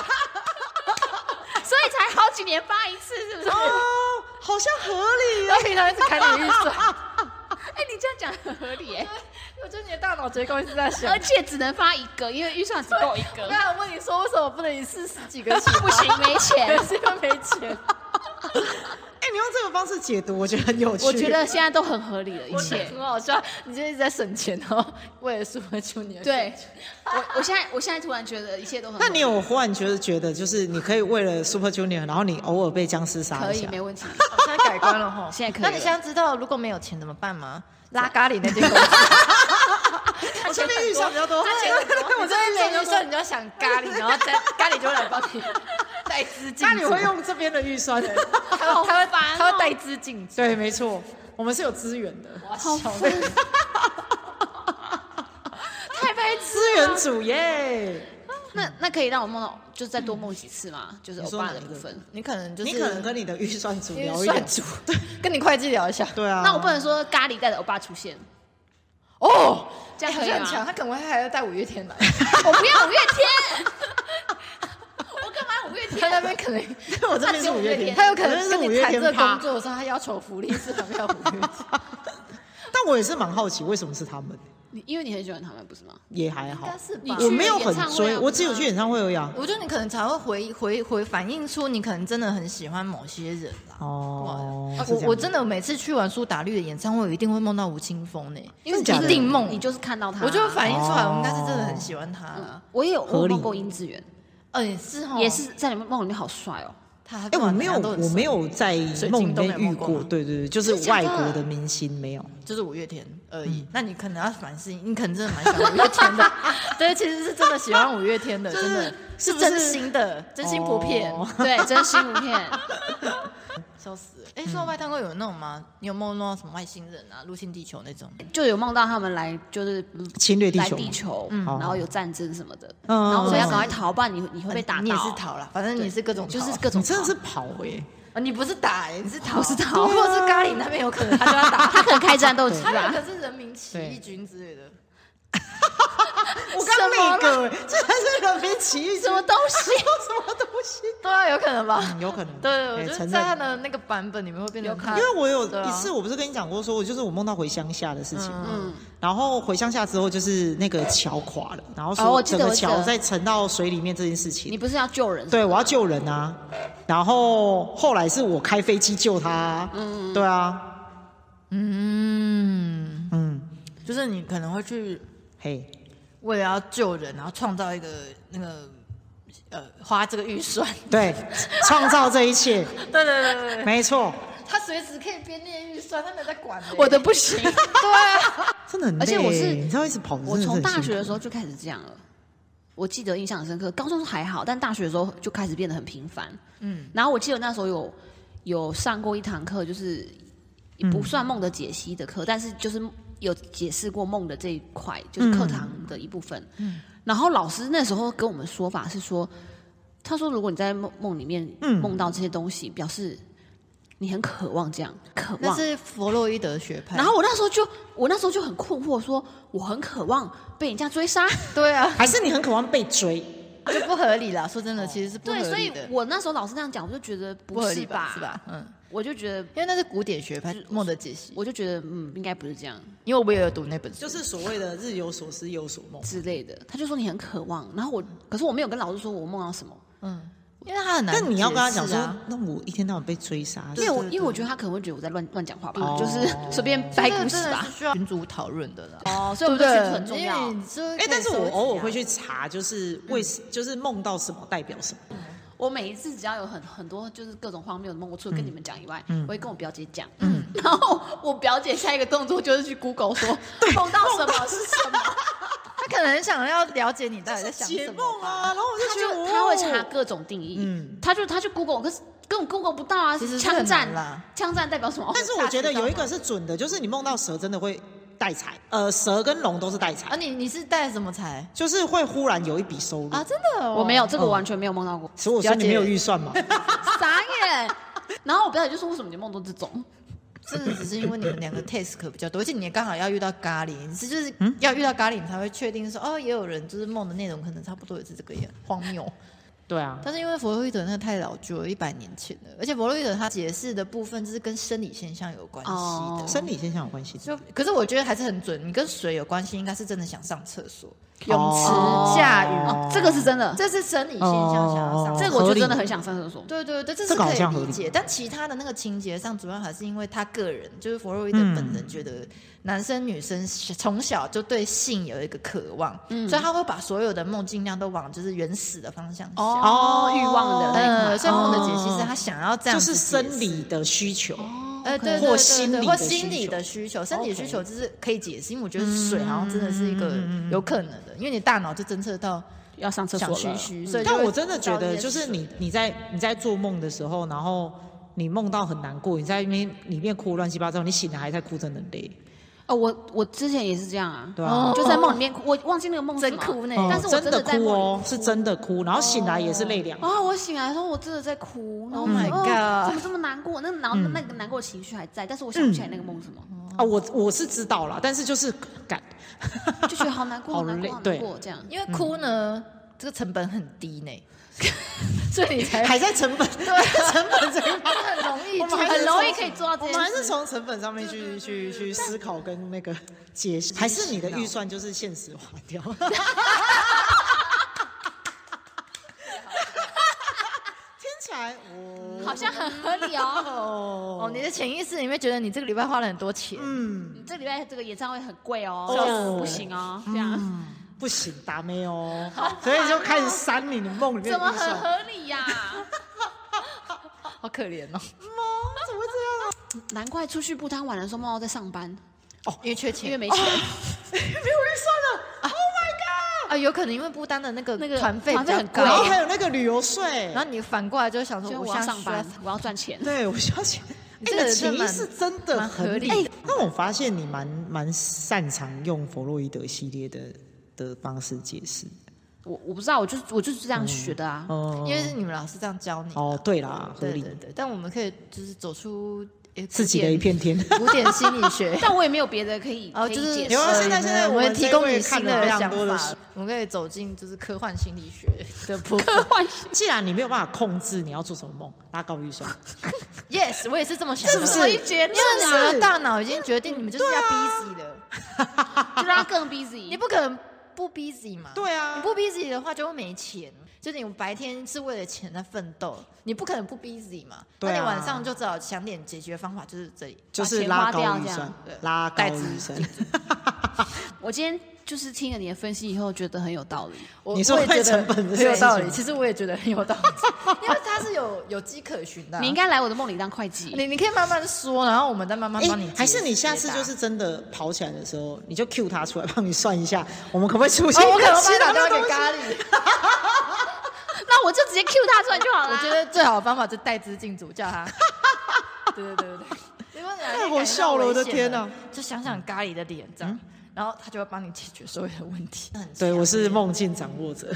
[SPEAKER 1] <laughs>
[SPEAKER 3] 所以才好几年发一次，是不是？ <laughs>
[SPEAKER 2] 哦，好像合理
[SPEAKER 1] <laughs>
[SPEAKER 2] 啊。
[SPEAKER 1] 他平常一直砍你预算。 <laughs>
[SPEAKER 3] 哎、你这样讲很合理耶，
[SPEAKER 1] 我觉得你的大脑结构一直在想
[SPEAKER 3] 而。且只能发一个，因为预算只够一
[SPEAKER 1] 我
[SPEAKER 3] 个，
[SPEAKER 1] 刚才问你 <laughs> 说，为什么不能一次十几个起？
[SPEAKER 3] 不行，没钱。
[SPEAKER 1] 是因为没钱。
[SPEAKER 2] 哎、你用这个方式解读，我觉得很有趣。
[SPEAKER 3] <laughs> 我觉得现在都很合理了，一
[SPEAKER 1] 我觉得
[SPEAKER 3] 切。
[SPEAKER 1] 很好笑，你就一直在省钱哦，为了舒服求你。，
[SPEAKER 3] 对，我我现在我现在突然觉得一切都很合理。
[SPEAKER 2] 那你有忽然觉得觉得，就是你可以为了 Super Junior，然后你偶尔被僵尸杀
[SPEAKER 3] 可
[SPEAKER 2] 一
[SPEAKER 3] 以
[SPEAKER 2] 下，
[SPEAKER 3] 没问题？
[SPEAKER 1] 我现在改观了哈。
[SPEAKER 3] 现在可以
[SPEAKER 1] 那
[SPEAKER 3] 了
[SPEAKER 1] 你现在知道如果没有钱怎么办吗？拉咖喱那 <laughs> 间公司，
[SPEAKER 2] 我这边预算比较多，
[SPEAKER 1] 他钱很多，
[SPEAKER 2] <laughs> 我
[SPEAKER 1] 你
[SPEAKER 2] 这
[SPEAKER 1] 这边
[SPEAKER 2] 边
[SPEAKER 1] 练
[SPEAKER 2] 预
[SPEAKER 1] 预
[SPEAKER 2] 算
[SPEAKER 1] 算，你就要想咖喱，然后再咖喱就会来帮 <laughs> 你带资进组。
[SPEAKER 2] 那你会用这边的预算？
[SPEAKER 1] 他会他会
[SPEAKER 3] 好烦哦
[SPEAKER 1] 他会带资进组。
[SPEAKER 2] 对，没错，我们是有资源的，
[SPEAKER 3] 好烦， <laughs> 太白痴。
[SPEAKER 2] 资源组耶。
[SPEAKER 3] 那那可以让我梦到，就再多梦几次吗？就是
[SPEAKER 2] 你
[SPEAKER 3] 欧
[SPEAKER 2] 说
[SPEAKER 3] 巴
[SPEAKER 2] 哪
[SPEAKER 3] 的
[SPEAKER 2] 一
[SPEAKER 3] 部
[SPEAKER 2] 个
[SPEAKER 3] 分。
[SPEAKER 1] 你可能就是
[SPEAKER 2] 你可能跟你的预算组
[SPEAKER 1] 预
[SPEAKER 2] 聊一聊
[SPEAKER 1] 算，组，跟你会计聊一下。
[SPEAKER 2] 对啊。
[SPEAKER 3] 那我不能说咖喱带着欧巴出现，
[SPEAKER 1] 哦，
[SPEAKER 3] 这样
[SPEAKER 1] 欸
[SPEAKER 3] 可
[SPEAKER 1] 好
[SPEAKER 3] 以
[SPEAKER 1] 像很强，
[SPEAKER 3] 吗？
[SPEAKER 1] 他可能会还要带五月天 <laughs> 来，
[SPEAKER 3] 我不要五月 <laughs> 天，我干嘛五月
[SPEAKER 1] 他
[SPEAKER 3] 天？
[SPEAKER 1] 那边可能。
[SPEAKER 2] <laughs> 我这边是五月天，
[SPEAKER 1] 他有可能是
[SPEAKER 2] 我这
[SPEAKER 1] 跟
[SPEAKER 2] 边是五
[SPEAKER 1] 你
[SPEAKER 2] 月
[SPEAKER 1] 谈这
[SPEAKER 2] 天
[SPEAKER 1] 个
[SPEAKER 2] 趴
[SPEAKER 1] 工作的时候，他要求福利是很要五月
[SPEAKER 2] <laughs>
[SPEAKER 1] 天。
[SPEAKER 2] 但我也是蛮好奇，为什么是他们？
[SPEAKER 3] 你因为你很喜欢他们，不是吗？
[SPEAKER 2] 也还好，
[SPEAKER 1] 是
[SPEAKER 3] 你
[SPEAKER 2] 我
[SPEAKER 3] 去
[SPEAKER 2] 没有很
[SPEAKER 3] 演唱会啊
[SPEAKER 2] 追，
[SPEAKER 3] 不
[SPEAKER 2] 我只有
[SPEAKER 3] 是吗
[SPEAKER 2] 去演唱会而已啊。
[SPEAKER 1] 我觉得你可能才会回回回反映出你可能真的很喜欢某些人啦。
[SPEAKER 2] 哦
[SPEAKER 1] 哇，
[SPEAKER 2] 是
[SPEAKER 1] 我
[SPEAKER 2] 这样
[SPEAKER 1] 我真的每次去完苏打绿的演唱会，我一定会梦到吴青峰呢、
[SPEAKER 3] 因为你
[SPEAKER 2] 真的假
[SPEAKER 3] 就
[SPEAKER 2] 的
[SPEAKER 3] 是
[SPEAKER 1] 一定梦
[SPEAKER 3] 你就是看到他，
[SPEAKER 1] 我就会反映出来，
[SPEAKER 2] 哦
[SPEAKER 1] 我应该是真的很喜欢他
[SPEAKER 2] 嗯
[SPEAKER 1] 啦。
[SPEAKER 3] 我也有我
[SPEAKER 2] 合
[SPEAKER 3] 有
[SPEAKER 2] 理
[SPEAKER 3] 梦过殷志源，
[SPEAKER 1] 嗯，也是哦，
[SPEAKER 3] 也是在你们梦里面好帅哦。
[SPEAKER 1] 他。
[SPEAKER 2] 哎、我没有，
[SPEAKER 1] 他都很
[SPEAKER 2] 我没有在梦里面遇
[SPEAKER 1] 水晶都没有梦过
[SPEAKER 2] 过，
[SPEAKER 1] 吗
[SPEAKER 2] 对对对，就是
[SPEAKER 3] 真的假
[SPEAKER 2] 外
[SPEAKER 3] 的
[SPEAKER 2] 国的明星没嗯有。
[SPEAKER 1] 就是五月天而已。那你可能要反思，你可能真的蛮喜欢五月天的。 <laughs> 对，其实是真的喜欢五月天的，
[SPEAKER 2] <laughs> 就是
[SPEAKER 1] 真的
[SPEAKER 2] 是不是
[SPEAKER 1] 真心的，真心不骗，
[SPEAKER 2] 哦
[SPEAKER 3] 对，真心不骗。
[SPEAKER 1] 笑死了。哎，说到
[SPEAKER 2] 嗯
[SPEAKER 1] 外太空有那种吗？你有梦到什么外星人啊、入侵地球那种？
[SPEAKER 3] 就有梦到他们来，就是嗯
[SPEAKER 2] 侵略地
[SPEAKER 3] 来
[SPEAKER 2] 球
[SPEAKER 3] 地
[SPEAKER 2] 吗
[SPEAKER 3] 球，
[SPEAKER 2] 哦
[SPEAKER 3] 然后有战争什么的，
[SPEAKER 2] 嗯
[SPEAKER 3] 然后我们要
[SPEAKER 2] 嗯
[SPEAKER 3] 赶快逃，不然你你会被打到。
[SPEAKER 1] 你也是逃了，反正你是各种逃
[SPEAKER 3] 就是各
[SPEAKER 2] 你
[SPEAKER 3] 种
[SPEAKER 2] 真的
[SPEAKER 3] 逃
[SPEAKER 2] 是跑哎、
[SPEAKER 1] 啊，你不是打欸，你是逃，
[SPEAKER 3] 我是逃
[SPEAKER 1] 如果是咖喱那边有可能他就要打，
[SPEAKER 3] 他可能开战斗
[SPEAKER 1] <laughs>
[SPEAKER 3] 机
[SPEAKER 1] 他有
[SPEAKER 3] 吧
[SPEAKER 1] 可？能是人民起义军之类的。
[SPEAKER 2] 我刚那个、欸，这才是人民起义军，
[SPEAKER 3] 什么东西？
[SPEAKER 2] 什么东西？
[SPEAKER 1] 对啊，有可能吧？
[SPEAKER 2] 嗯有可能，
[SPEAKER 1] 对，我
[SPEAKER 2] 哎
[SPEAKER 1] 觉得
[SPEAKER 2] 承
[SPEAKER 1] 在他
[SPEAKER 2] 认。
[SPEAKER 1] 的那个版本里面会变成
[SPEAKER 3] 有可
[SPEAKER 1] 他
[SPEAKER 3] 能
[SPEAKER 2] 因。为我有
[SPEAKER 1] 对啊
[SPEAKER 2] 一次，我不是跟你讲过，说我就是我梦到回乡下的事情嘛，
[SPEAKER 3] 嗯，
[SPEAKER 2] 然后回乡下之后就是那个桥垮了，然后
[SPEAKER 3] 哦我
[SPEAKER 2] 说
[SPEAKER 3] 记
[SPEAKER 2] 整
[SPEAKER 3] 得
[SPEAKER 2] 个
[SPEAKER 3] 我记得
[SPEAKER 2] 桥再沉到水里面这件事情，
[SPEAKER 3] 你不是要救人？
[SPEAKER 2] 对，我要救人啊。然后后来是我开飞机救他啊，对啊，
[SPEAKER 1] 嗯，
[SPEAKER 2] 嗯，
[SPEAKER 1] 就是你可能会去
[SPEAKER 2] 嘿，
[SPEAKER 1] 为了要救人，然后创造一个那个呃，花这个预算。
[SPEAKER 2] 对，创造这一切，
[SPEAKER 1] 对对对对对，
[SPEAKER 2] 没错，
[SPEAKER 1] 他随时可以编列预算，他没有在管欸
[SPEAKER 3] 我的不行。
[SPEAKER 2] 真的很累。
[SPEAKER 3] 而且我是
[SPEAKER 2] 你知道一直跑，
[SPEAKER 3] 我从大学的时
[SPEAKER 2] 候，
[SPEAKER 3] 候就开始这样了。我记得印象很深刻，高中还好，但大学的时候就开始变得很频繁。嗯，然后我记得那时候有有上过一堂课，就是
[SPEAKER 2] 嗯
[SPEAKER 3] 不算梦的解析的课，但是就是有解释过梦的这一块，
[SPEAKER 2] 嗯
[SPEAKER 3] 就是课堂的一部分。嗯，然后老师那时候跟我们说法是说，他说如果你在梦梦里面
[SPEAKER 2] 嗯
[SPEAKER 3] 梦到这些东西，表示你很渴望这样，渴
[SPEAKER 1] 那
[SPEAKER 3] 望
[SPEAKER 1] 是弗洛伊德学派。
[SPEAKER 3] 然后我那时候就，我那时候就很困惑说我很渴望被人家
[SPEAKER 1] <laughs>
[SPEAKER 3] 追杀，
[SPEAKER 1] 对啊，
[SPEAKER 2] 还是你很渴望被追，
[SPEAKER 1] 就不合理啦。说真的，其实是不合
[SPEAKER 3] 对，所
[SPEAKER 1] 理
[SPEAKER 3] 以
[SPEAKER 1] 的，
[SPEAKER 3] 我那时候老师那样讲，我就觉得
[SPEAKER 1] 不
[SPEAKER 3] 不
[SPEAKER 1] 合
[SPEAKER 3] 是
[SPEAKER 1] 理吧？
[SPEAKER 3] 吧？
[SPEAKER 1] 是吧？嗯。
[SPEAKER 3] 我就觉得，
[SPEAKER 1] 因为那是古典学派梦的解析，
[SPEAKER 3] 我就觉得，嗯，应该不是这样
[SPEAKER 1] 因为我也有读那本书，
[SPEAKER 2] 就是所谓的日有所思，夜有所梦。
[SPEAKER 3] 之类的。他就说你很渴望，然后我，可是我没有跟老师说我梦到什么，
[SPEAKER 1] 嗯，因为他很难解释啊、
[SPEAKER 2] 但你要跟他讲说，那我一天到晚被追杀，
[SPEAKER 3] 因为我
[SPEAKER 1] 对对
[SPEAKER 3] 因为我觉得他可能会觉得我在乱乱讲话吧，
[SPEAKER 2] 哦
[SPEAKER 3] 就是随便掰
[SPEAKER 1] 这个
[SPEAKER 3] 故
[SPEAKER 1] 真
[SPEAKER 3] 事
[SPEAKER 1] 的
[SPEAKER 3] 吧
[SPEAKER 1] 是。需要群组讨论的啦，
[SPEAKER 3] 哦，所
[SPEAKER 1] 对
[SPEAKER 3] 以
[SPEAKER 1] 不
[SPEAKER 3] 我觉
[SPEAKER 1] 对？
[SPEAKER 3] 得很重要。
[SPEAKER 1] 哎
[SPEAKER 2] 哎、但是
[SPEAKER 3] 啊
[SPEAKER 2] 我偶尔会去查，就是
[SPEAKER 3] 嗯
[SPEAKER 2] 为、就是梦到什么代表什么，
[SPEAKER 3] 我每一次只要有很很多就是各种荒谬的梦，我除了跟你们讲以外，我会跟我表姐讲。嗯， <laughs> 然后我表姐下一个动作就是去 Google 说梦到什么是什么，
[SPEAKER 1] 他可能很想要了解你到底在想
[SPEAKER 2] 解
[SPEAKER 1] 什么
[SPEAKER 2] 梦
[SPEAKER 1] 吧。
[SPEAKER 2] 啊。然后我就
[SPEAKER 3] 她
[SPEAKER 2] 觉得
[SPEAKER 3] 就
[SPEAKER 2] 哦，
[SPEAKER 3] 她会查各种定义。
[SPEAKER 2] 嗯
[SPEAKER 3] 她就她去 Google，可是根本 Google 不到啊。
[SPEAKER 1] 其实是
[SPEAKER 3] 枪
[SPEAKER 1] 很
[SPEAKER 3] 战
[SPEAKER 1] 难啦，
[SPEAKER 3] 枪战代表什么？哦
[SPEAKER 2] 但是我觉得有一个是准的，就是你梦到蛇真的会带财，呃，蛇跟龙都是带
[SPEAKER 1] 啊，
[SPEAKER 3] 嗯
[SPEAKER 2] 财，
[SPEAKER 1] 你你是带什么财
[SPEAKER 2] 就是会忽然有一笔收入。，
[SPEAKER 1] 啊？真的、哦？
[SPEAKER 3] 我没有，这个我完全没有梦到过
[SPEAKER 2] 所以我说
[SPEAKER 1] 了
[SPEAKER 2] 你
[SPEAKER 1] 解
[SPEAKER 2] 没有预算嘛？
[SPEAKER 3] <laughs> 傻眼。然后我表姐就说：“为什么你梦到这种
[SPEAKER 1] 这个只是因为你们两个 task 比较多，而且你也刚好要遇到咖喱，你是就是要遇到咖喱，你才会确定说，哦，也有人就是梦的内容可能差不多也是这个样，荒谬。
[SPEAKER 2] <laughs> 对啊，
[SPEAKER 1] 但是因为弗洛伊德那个太老旧了，一百年前了，而且弗洛伊德他解释的部分就是跟生理现象有关系的。
[SPEAKER 3] 哦
[SPEAKER 2] 生理现象有关系。
[SPEAKER 1] 就可是我觉得还是很准，你跟水有关系，应该是真的想上厕所，
[SPEAKER 2] 哦
[SPEAKER 1] 泳池、下雨，
[SPEAKER 3] 哦，这个是真的，
[SPEAKER 1] 这是生理现象想要上
[SPEAKER 2] 哦
[SPEAKER 1] 厕所。
[SPEAKER 3] 这个我
[SPEAKER 2] 合
[SPEAKER 3] 就
[SPEAKER 2] 理
[SPEAKER 3] 真的很想上厕所。
[SPEAKER 1] 对对对，这
[SPEAKER 2] 这
[SPEAKER 1] 是
[SPEAKER 2] 个好
[SPEAKER 1] 可以
[SPEAKER 2] 像合
[SPEAKER 1] 理
[SPEAKER 2] 理
[SPEAKER 1] 解，但其他的那个情节上，主要还是因为他个人，就是弗洛伊德
[SPEAKER 2] 嗯
[SPEAKER 1] 本人觉得男生女生从小就对性有一个渴望，
[SPEAKER 2] 嗯
[SPEAKER 1] 所以他会把所有的梦尽量都往就是原始的方向想。
[SPEAKER 3] 哦，欲望的那一
[SPEAKER 1] 呃，
[SPEAKER 3] 块，哦
[SPEAKER 1] 所以梦的解析是他想要这样
[SPEAKER 2] 就
[SPEAKER 1] 子
[SPEAKER 2] 是
[SPEAKER 1] 解释，
[SPEAKER 2] 生理的需求。
[SPEAKER 1] 呃，对对
[SPEAKER 3] OK
[SPEAKER 1] 对
[SPEAKER 2] 或
[SPEAKER 1] 对
[SPEAKER 2] 心
[SPEAKER 1] 对，
[SPEAKER 2] 理
[SPEAKER 1] 或
[SPEAKER 2] 的
[SPEAKER 1] 心
[SPEAKER 2] 需
[SPEAKER 1] 理
[SPEAKER 2] 求
[SPEAKER 1] 的需求，生理需
[SPEAKER 2] OK
[SPEAKER 1] 求就是可以解释，因为我觉得水好像真的是一个有可能的，因为你大脑就侦测到
[SPEAKER 3] 要上厕所
[SPEAKER 1] 想
[SPEAKER 3] 了。
[SPEAKER 1] 嘘嘘，所以就
[SPEAKER 2] 嗯但
[SPEAKER 1] 会
[SPEAKER 2] 我真的
[SPEAKER 1] 知道
[SPEAKER 2] 觉得，
[SPEAKER 1] 这件
[SPEAKER 2] 就是
[SPEAKER 1] 事
[SPEAKER 2] 你你在你在做梦的时候，然后你梦到很难过，你在那边里面哭乱七八糟，你醒来还在哭，真的很累，
[SPEAKER 3] 哦，我我之前也是这样啊，
[SPEAKER 2] 对啊
[SPEAKER 3] 就在梦里面哭，我忘记那个梦
[SPEAKER 1] 真
[SPEAKER 3] 是什么
[SPEAKER 1] 哭呢，
[SPEAKER 2] 哦
[SPEAKER 3] 但是我
[SPEAKER 2] 真
[SPEAKER 3] 真的
[SPEAKER 2] 的
[SPEAKER 3] 在
[SPEAKER 2] 哭
[SPEAKER 3] 梦
[SPEAKER 2] 哦
[SPEAKER 3] 里，
[SPEAKER 2] 是真的哭，然后醒来也是泪两
[SPEAKER 3] 啊！我醒来的时候，我真的在哭，然后
[SPEAKER 1] Oh
[SPEAKER 3] 我想
[SPEAKER 1] my
[SPEAKER 3] 哦
[SPEAKER 1] God
[SPEAKER 3] 怎么这么难过？那然后
[SPEAKER 2] 嗯
[SPEAKER 3] 那个难过情绪还在，但是我想不起来那个梦什么，
[SPEAKER 2] 啊，我我是知道啦，但是就是 <laughs> 感
[SPEAKER 3] 就觉得好难过，
[SPEAKER 2] 好
[SPEAKER 3] 好难
[SPEAKER 2] 累
[SPEAKER 3] 过，好难
[SPEAKER 2] 对
[SPEAKER 3] 过这样。
[SPEAKER 1] 因为哭呢，这个成本很低呢， <laughs> 所以你才啊
[SPEAKER 2] 还在成本 <laughs> 成本这一块。
[SPEAKER 1] 很容易
[SPEAKER 2] 我们还是
[SPEAKER 3] 很容易
[SPEAKER 2] 从
[SPEAKER 3] 可以做到这
[SPEAKER 2] 啊我
[SPEAKER 3] 件
[SPEAKER 2] 们还是
[SPEAKER 3] 事
[SPEAKER 2] 从成本上面去去去思考跟那个解析，还是你的预算就是现实花 <laughs> 掉？听起来我
[SPEAKER 3] 好像很合理哦。
[SPEAKER 2] 哦
[SPEAKER 1] 哦，你的潜意识里面觉得你这个礼拜花了很多钱，
[SPEAKER 2] 嗯
[SPEAKER 3] 你这礼拜这个演唱会很贵哦，
[SPEAKER 2] 哦
[SPEAKER 3] 不行哦，这样
[SPEAKER 2] 嗯不行，达妹哦，所以就开始删你的梦里面的
[SPEAKER 3] <laughs>
[SPEAKER 2] 哦
[SPEAKER 3] 怎么
[SPEAKER 2] 预算。
[SPEAKER 3] 很合理呀？ <laughs>
[SPEAKER 1] 好可怜哦，
[SPEAKER 3] 难怪出去不摊晚的时候梦到在上班，
[SPEAKER 1] 因为缺
[SPEAKER 3] 因为
[SPEAKER 1] 钱
[SPEAKER 3] 没钱，
[SPEAKER 1] 啊，有可能因为不丹的那个
[SPEAKER 3] 那个
[SPEAKER 1] 团费
[SPEAKER 3] 团
[SPEAKER 1] 比
[SPEAKER 3] 费
[SPEAKER 1] 较
[SPEAKER 3] 很
[SPEAKER 1] 高
[SPEAKER 2] 然后
[SPEAKER 3] 贵
[SPEAKER 2] 还有那个旅游税
[SPEAKER 1] 然，后你反过来就想说，
[SPEAKER 3] 就
[SPEAKER 1] 我
[SPEAKER 3] 我要
[SPEAKER 1] 现在
[SPEAKER 3] 上班
[SPEAKER 1] 需要，
[SPEAKER 3] 我要赚钱。
[SPEAKER 2] 对我相信。
[SPEAKER 1] 你这
[SPEAKER 2] 哎你
[SPEAKER 1] 个
[SPEAKER 2] 的
[SPEAKER 1] 真
[SPEAKER 2] 潜意
[SPEAKER 1] 蛮
[SPEAKER 2] 识真的
[SPEAKER 1] 蛮合
[SPEAKER 2] 很
[SPEAKER 1] 理
[SPEAKER 2] 哎
[SPEAKER 1] 的
[SPEAKER 2] 那我发现你蛮蛮擅长用弗洛伊德系列的的方式解释。
[SPEAKER 3] 我我不知道，我就我就是这样学的
[SPEAKER 1] 嗯
[SPEAKER 3] 啊。。
[SPEAKER 2] 哦
[SPEAKER 1] 因为是你们老师这样教你，
[SPEAKER 2] 哦，对啦，合
[SPEAKER 1] 对
[SPEAKER 2] 理
[SPEAKER 1] 对对，但我们可以就是走出诶
[SPEAKER 2] 自己的一片天。
[SPEAKER 1] 古典古典心理学 <laughs>
[SPEAKER 3] 但我也没有别的可以
[SPEAKER 1] 哦，
[SPEAKER 3] 可以
[SPEAKER 1] 就是
[SPEAKER 3] 解
[SPEAKER 2] 有啊
[SPEAKER 3] 释
[SPEAKER 1] 呃 <laughs>
[SPEAKER 2] 现在现在
[SPEAKER 1] 我
[SPEAKER 2] 我
[SPEAKER 1] 们
[SPEAKER 2] 们
[SPEAKER 1] 提
[SPEAKER 2] 这
[SPEAKER 1] 供
[SPEAKER 2] 位
[SPEAKER 1] 你
[SPEAKER 2] 看
[SPEAKER 1] 新
[SPEAKER 2] 了非常
[SPEAKER 1] 想
[SPEAKER 2] 多的
[SPEAKER 1] 法
[SPEAKER 2] 书，
[SPEAKER 1] 我们可以走进就是科幻心理学的部分。
[SPEAKER 2] <laughs> 既然你没有办法控制你要做什么梦，拉高预算，
[SPEAKER 1] Yes，我也是这么想的，
[SPEAKER 2] 是不是啊
[SPEAKER 3] 所以结
[SPEAKER 1] 因
[SPEAKER 3] 论
[SPEAKER 1] 为你们的大脑已经决定你们就是要 busy 了，
[SPEAKER 3] 就让他
[SPEAKER 1] <laughs>
[SPEAKER 3] 更
[SPEAKER 1] 你
[SPEAKER 3] busy。
[SPEAKER 1] 不可能不 busy 嘛。
[SPEAKER 2] 对啊
[SPEAKER 1] 你不 busy 的话就会没钱，就是你白天是为了钱在奋斗，你不可能不 busy 嘛。
[SPEAKER 2] 对啊
[SPEAKER 1] 那你晚上就只好想点解决方法，就是这里。
[SPEAKER 2] 就是
[SPEAKER 3] 钱
[SPEAKER 2] 拉
[SPEAKER 3] 花掉
[SPEAKER 2] 高预
[SPEAKER 3] 这样
[SPEAKER 2] 算
[SPEAKER 1] 对，
[SPEAKER 2] 拉高
[SPEAKER 1] 带资
[SPEAKER 2] 预算。
[SPEAKER 3] 我今天就是听了你的分析以后，觉得很有道理。
[SPEAKER 1] 我
[SPEAKER 2] 你说
[SPEAKER 1] 我也觉
[SPEAKER 2] 会
[SPEAKER 1] 得
[SPEAKER 2] 成本的
[SPEAKER 1] 很有
[SPEAKER 2] 事
[SPEAKER 1] 道
[SPEAKER 2] 情
[SPEAKER 1] 理，其实我也觉得很有道理， <laughs> 因为它是有有迹可循的啊、
[SPEAKER 3] 你应该来我的梦里当会计，
[SPEAKER 1] 你你可以慢慢说，然后我们再慢慢帮你解
[SPEAKER 2] 哎，
[SPEAKER 1] 释。
[SPEAKER 2] 还是你下次
[SPEAKER 1] 解答
[SPEAKER 2] 就是真的跑起来的时候，你就 Q 他出来帮你算一下，我们可不可以出现
[SPEAKER 1] 哦，我
[SPEAKER 2] 一
[SPEAKER 1] 可
[SPEAKER 2] 个
[SPEAKER 1] 能帮
[SPEAKER 2] 其
[SPEAKER 1] 你
[SPEAKER 2] 他
[SPEAKER 1] 打
[SPEAKER 2] 的
[SPEAKER 1] 电话
[SPEAKER 2] 东
[SPEAKER 1] 给
[SPEAKER 2] 西？
[SPEAKER 1] 咖喱。
[SPEAKER 3] 那我就直接 Q 他出来就好了。啊
[SPEAKER 1] 我觉得最好的方法就是带资进组，叫他。 <laughs> 对对对对对，如啊果你哪天
[SPEAKER 2] 太好
[SPEAKER 1] 感觉到
[SPEAKER 2] 笑了我的
[SPEAKER 1] 危险
[SPEAKER 2] 天
[SPEAKER 1] 了
[SPEAKER 2] 哪！
[SPEAKER 1] 就想想咖喱的脸这样，然后他就会帮你解决所有的问题。那很
[SPEAKER 2] 对，我是梦境掌握
[SPEAKER 1] <laughs>
[SPEAKER 2] 者，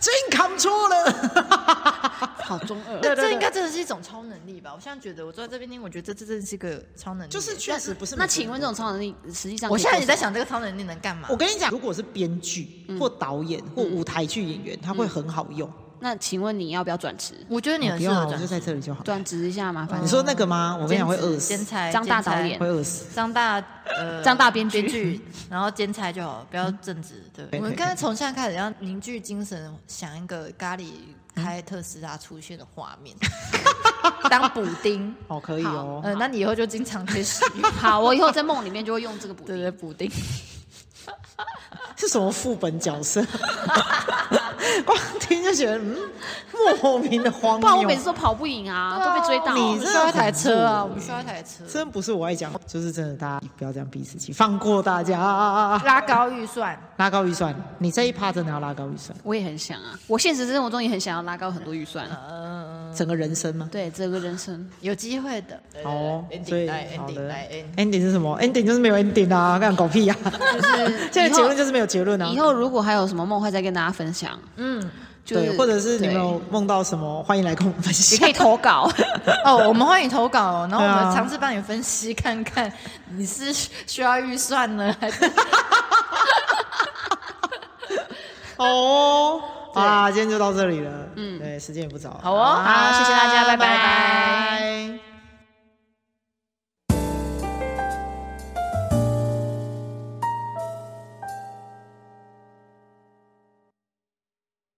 [SPEAKER 2] 真扛错了。
[SPEAKER 3] 好中 <laughs> 二，
[SPEAKER 1] 那
[SPEAKER 2] 对对
[SPEAKER 1] 这
[SPEAKER 2] 对
[SPEAKER 1] 应该真的是一种超能力吧？我现在觉得，我坐在这边听，我觉得这这真的是一个超能力。
[SPEAKER 2] 就是确实不是每个人都。
[SPEAKER 3] 那请问这种超能力实际上可
[SPEAKER 1] 我
[SPEAKER 3] 以
[SPEAKER 1] 现在也在
[SPEAKER 3] 做什
[SPEAKER 1] 想这个超能力能干嘛
[SPEAKER 2] 我？跟你讲，如果是编剧
[SPEAKER 3] 嗯
[SPEAKER 2] 或导演或舞台剧演员，他会很好用。
[SPEAKER 3] 么，那请问你要不要转职？
[SPEAKER 1] 我觉得你
[SPEAKER 2] 哦
[SPEAKER 1] 很
[SPEAKER 2] 不
[SPEAKER 1] 适
[SPEAKER 2] 用
[SPEAKER 1] 合
[SPEAKER 2] 了，我
[SPEAKER 3] 啊
[SPEAKER 1] 转
[SPEAKER 2] 就在这里就好。
[SPEAKER 3] 转职一下，麻烦
[SPEAKER 2] 你。说那个吗？我跟你讲会饿死
[SPEAKER 1] 兼，差
[SPEAKER 3] 张大
[SPEAKER 1] 兼差
[SPEAKER 3] 导演
[SPEAKER 2] 会饿死。
[SPEAKER 1] <laughs> 张大呃
[SPEAKER 3] 张大编剧
[SPEAKER 1] 剧，然后兼差就好了，不要正 <laughs> 职。对，
[SPEAKER 2] 对
[SPEAKER 1] 我们
[SPEAKER 2] 对
[SPEAKER 1] 刚才从现在开始要凝聚精神，想一个咖喱开特斯拉出现的画面， <laughs> 当补丁。
[SPEAKER 2] 哦，可以
[SPEAKER 3] 好
[SPEAKER 2] 哦。
[SPEAKER 1] <laughs> 呃，那你以后就经常可以使用。
[SPEAKER 3] 好，我以后在梦里面就会用这个补
[SPEAKER 1] <laughs> 对
[SPEAKER 3] 丁。
[SPEAKER 1] 对，补 <laughs> 丁。
[SPEAKER 2] 是什么副本角色？ <laughs> 光听就觉得嗯，莫名的荒
[SPEAKER 3] 不然我
[SPEAKER 2] 谬
[SPEAKER 3] 每。次都跑不赢啊，都被追
[SPEAKER 1] 我
[SPEAKER 3] 到。
[SPEAKER 2] 你
[SPEAKER 1] 们
[SPEAKER 2] 真的
[SPEAKER 1] 需要一台
[SPEAKER 2] 很
[SPEAKER 1] 车啊，
[SPEAKER 2] 酷
[SPEAKER 1] 我们需要一台车。
[SPEAKER 2] 真不是我爱讲，就是真的，大家不要这样逼自己，放过大家，
[SPEAKER 1] 拉高预算，
[SPEAKER 2] 拉高预算。你这一趴真的要拉高预算，
[SPEAKER 3] 我也很想啊，我现实生活中也很想要拉高很多预算。啊
[SPEAKER 2] 整个人生吗？
[SPEAKER 3] 对，这个人生
[SPEAKER 1] 有机会的。对对对
[SPEAKER 2] 好哦，所
[SPEAKER 1] ending
[SPEAKER 2] 以
[SPEAKER 1] 来
[SPEAKER 2] 好
[SPEAKER 1] ending
[SPEAKER 2] 的
[SPEAKER 1] 来 ending。
[SPEAKER 2] ending 是什么？ending 就是没有 ending 啊，干狗屁啊！
[SPEAKER 3] 就是
[SPEAKER 2] 现在
[SPEAKER 3] 以后
[SPEAKER 2] 结论就是没有结论啊
[SPEAKER 3] 以。后如果还有什么梦，会再跟大家分享。
[SPEAKER 1] 嗯，
[SPEAKER 3] 就
[SPEAKER 2] 对，或者是你
[SPEAKER 3] 对
[SPEAKER 2] 们有梦到什么，欢迎来跟我们分
[SPEAKER 3] 也
[SPEAKER 2] 享
[SPEAKER 3] 可。以投稿，
[SPEAKER 1] <laughs> 哦，我们欢迎投稿哦，然后我
[SPEAKER 2] 对
[SPEAKER 1] 们
[SPEAKER 2] 啊
[SPEAKER 1] 尝试帮你分析看看，你是需要预算呢，还是
[SPEAKER 2] <laughs> 哦，好啦，今天就到这里了。嗯，对，时间也不早了。
[SPEAKER 1] 好哦
[SPEAKER 2] 好
[SPEAKER 1] 好谢谢大家拜拜
[SPEAKER 2] 拜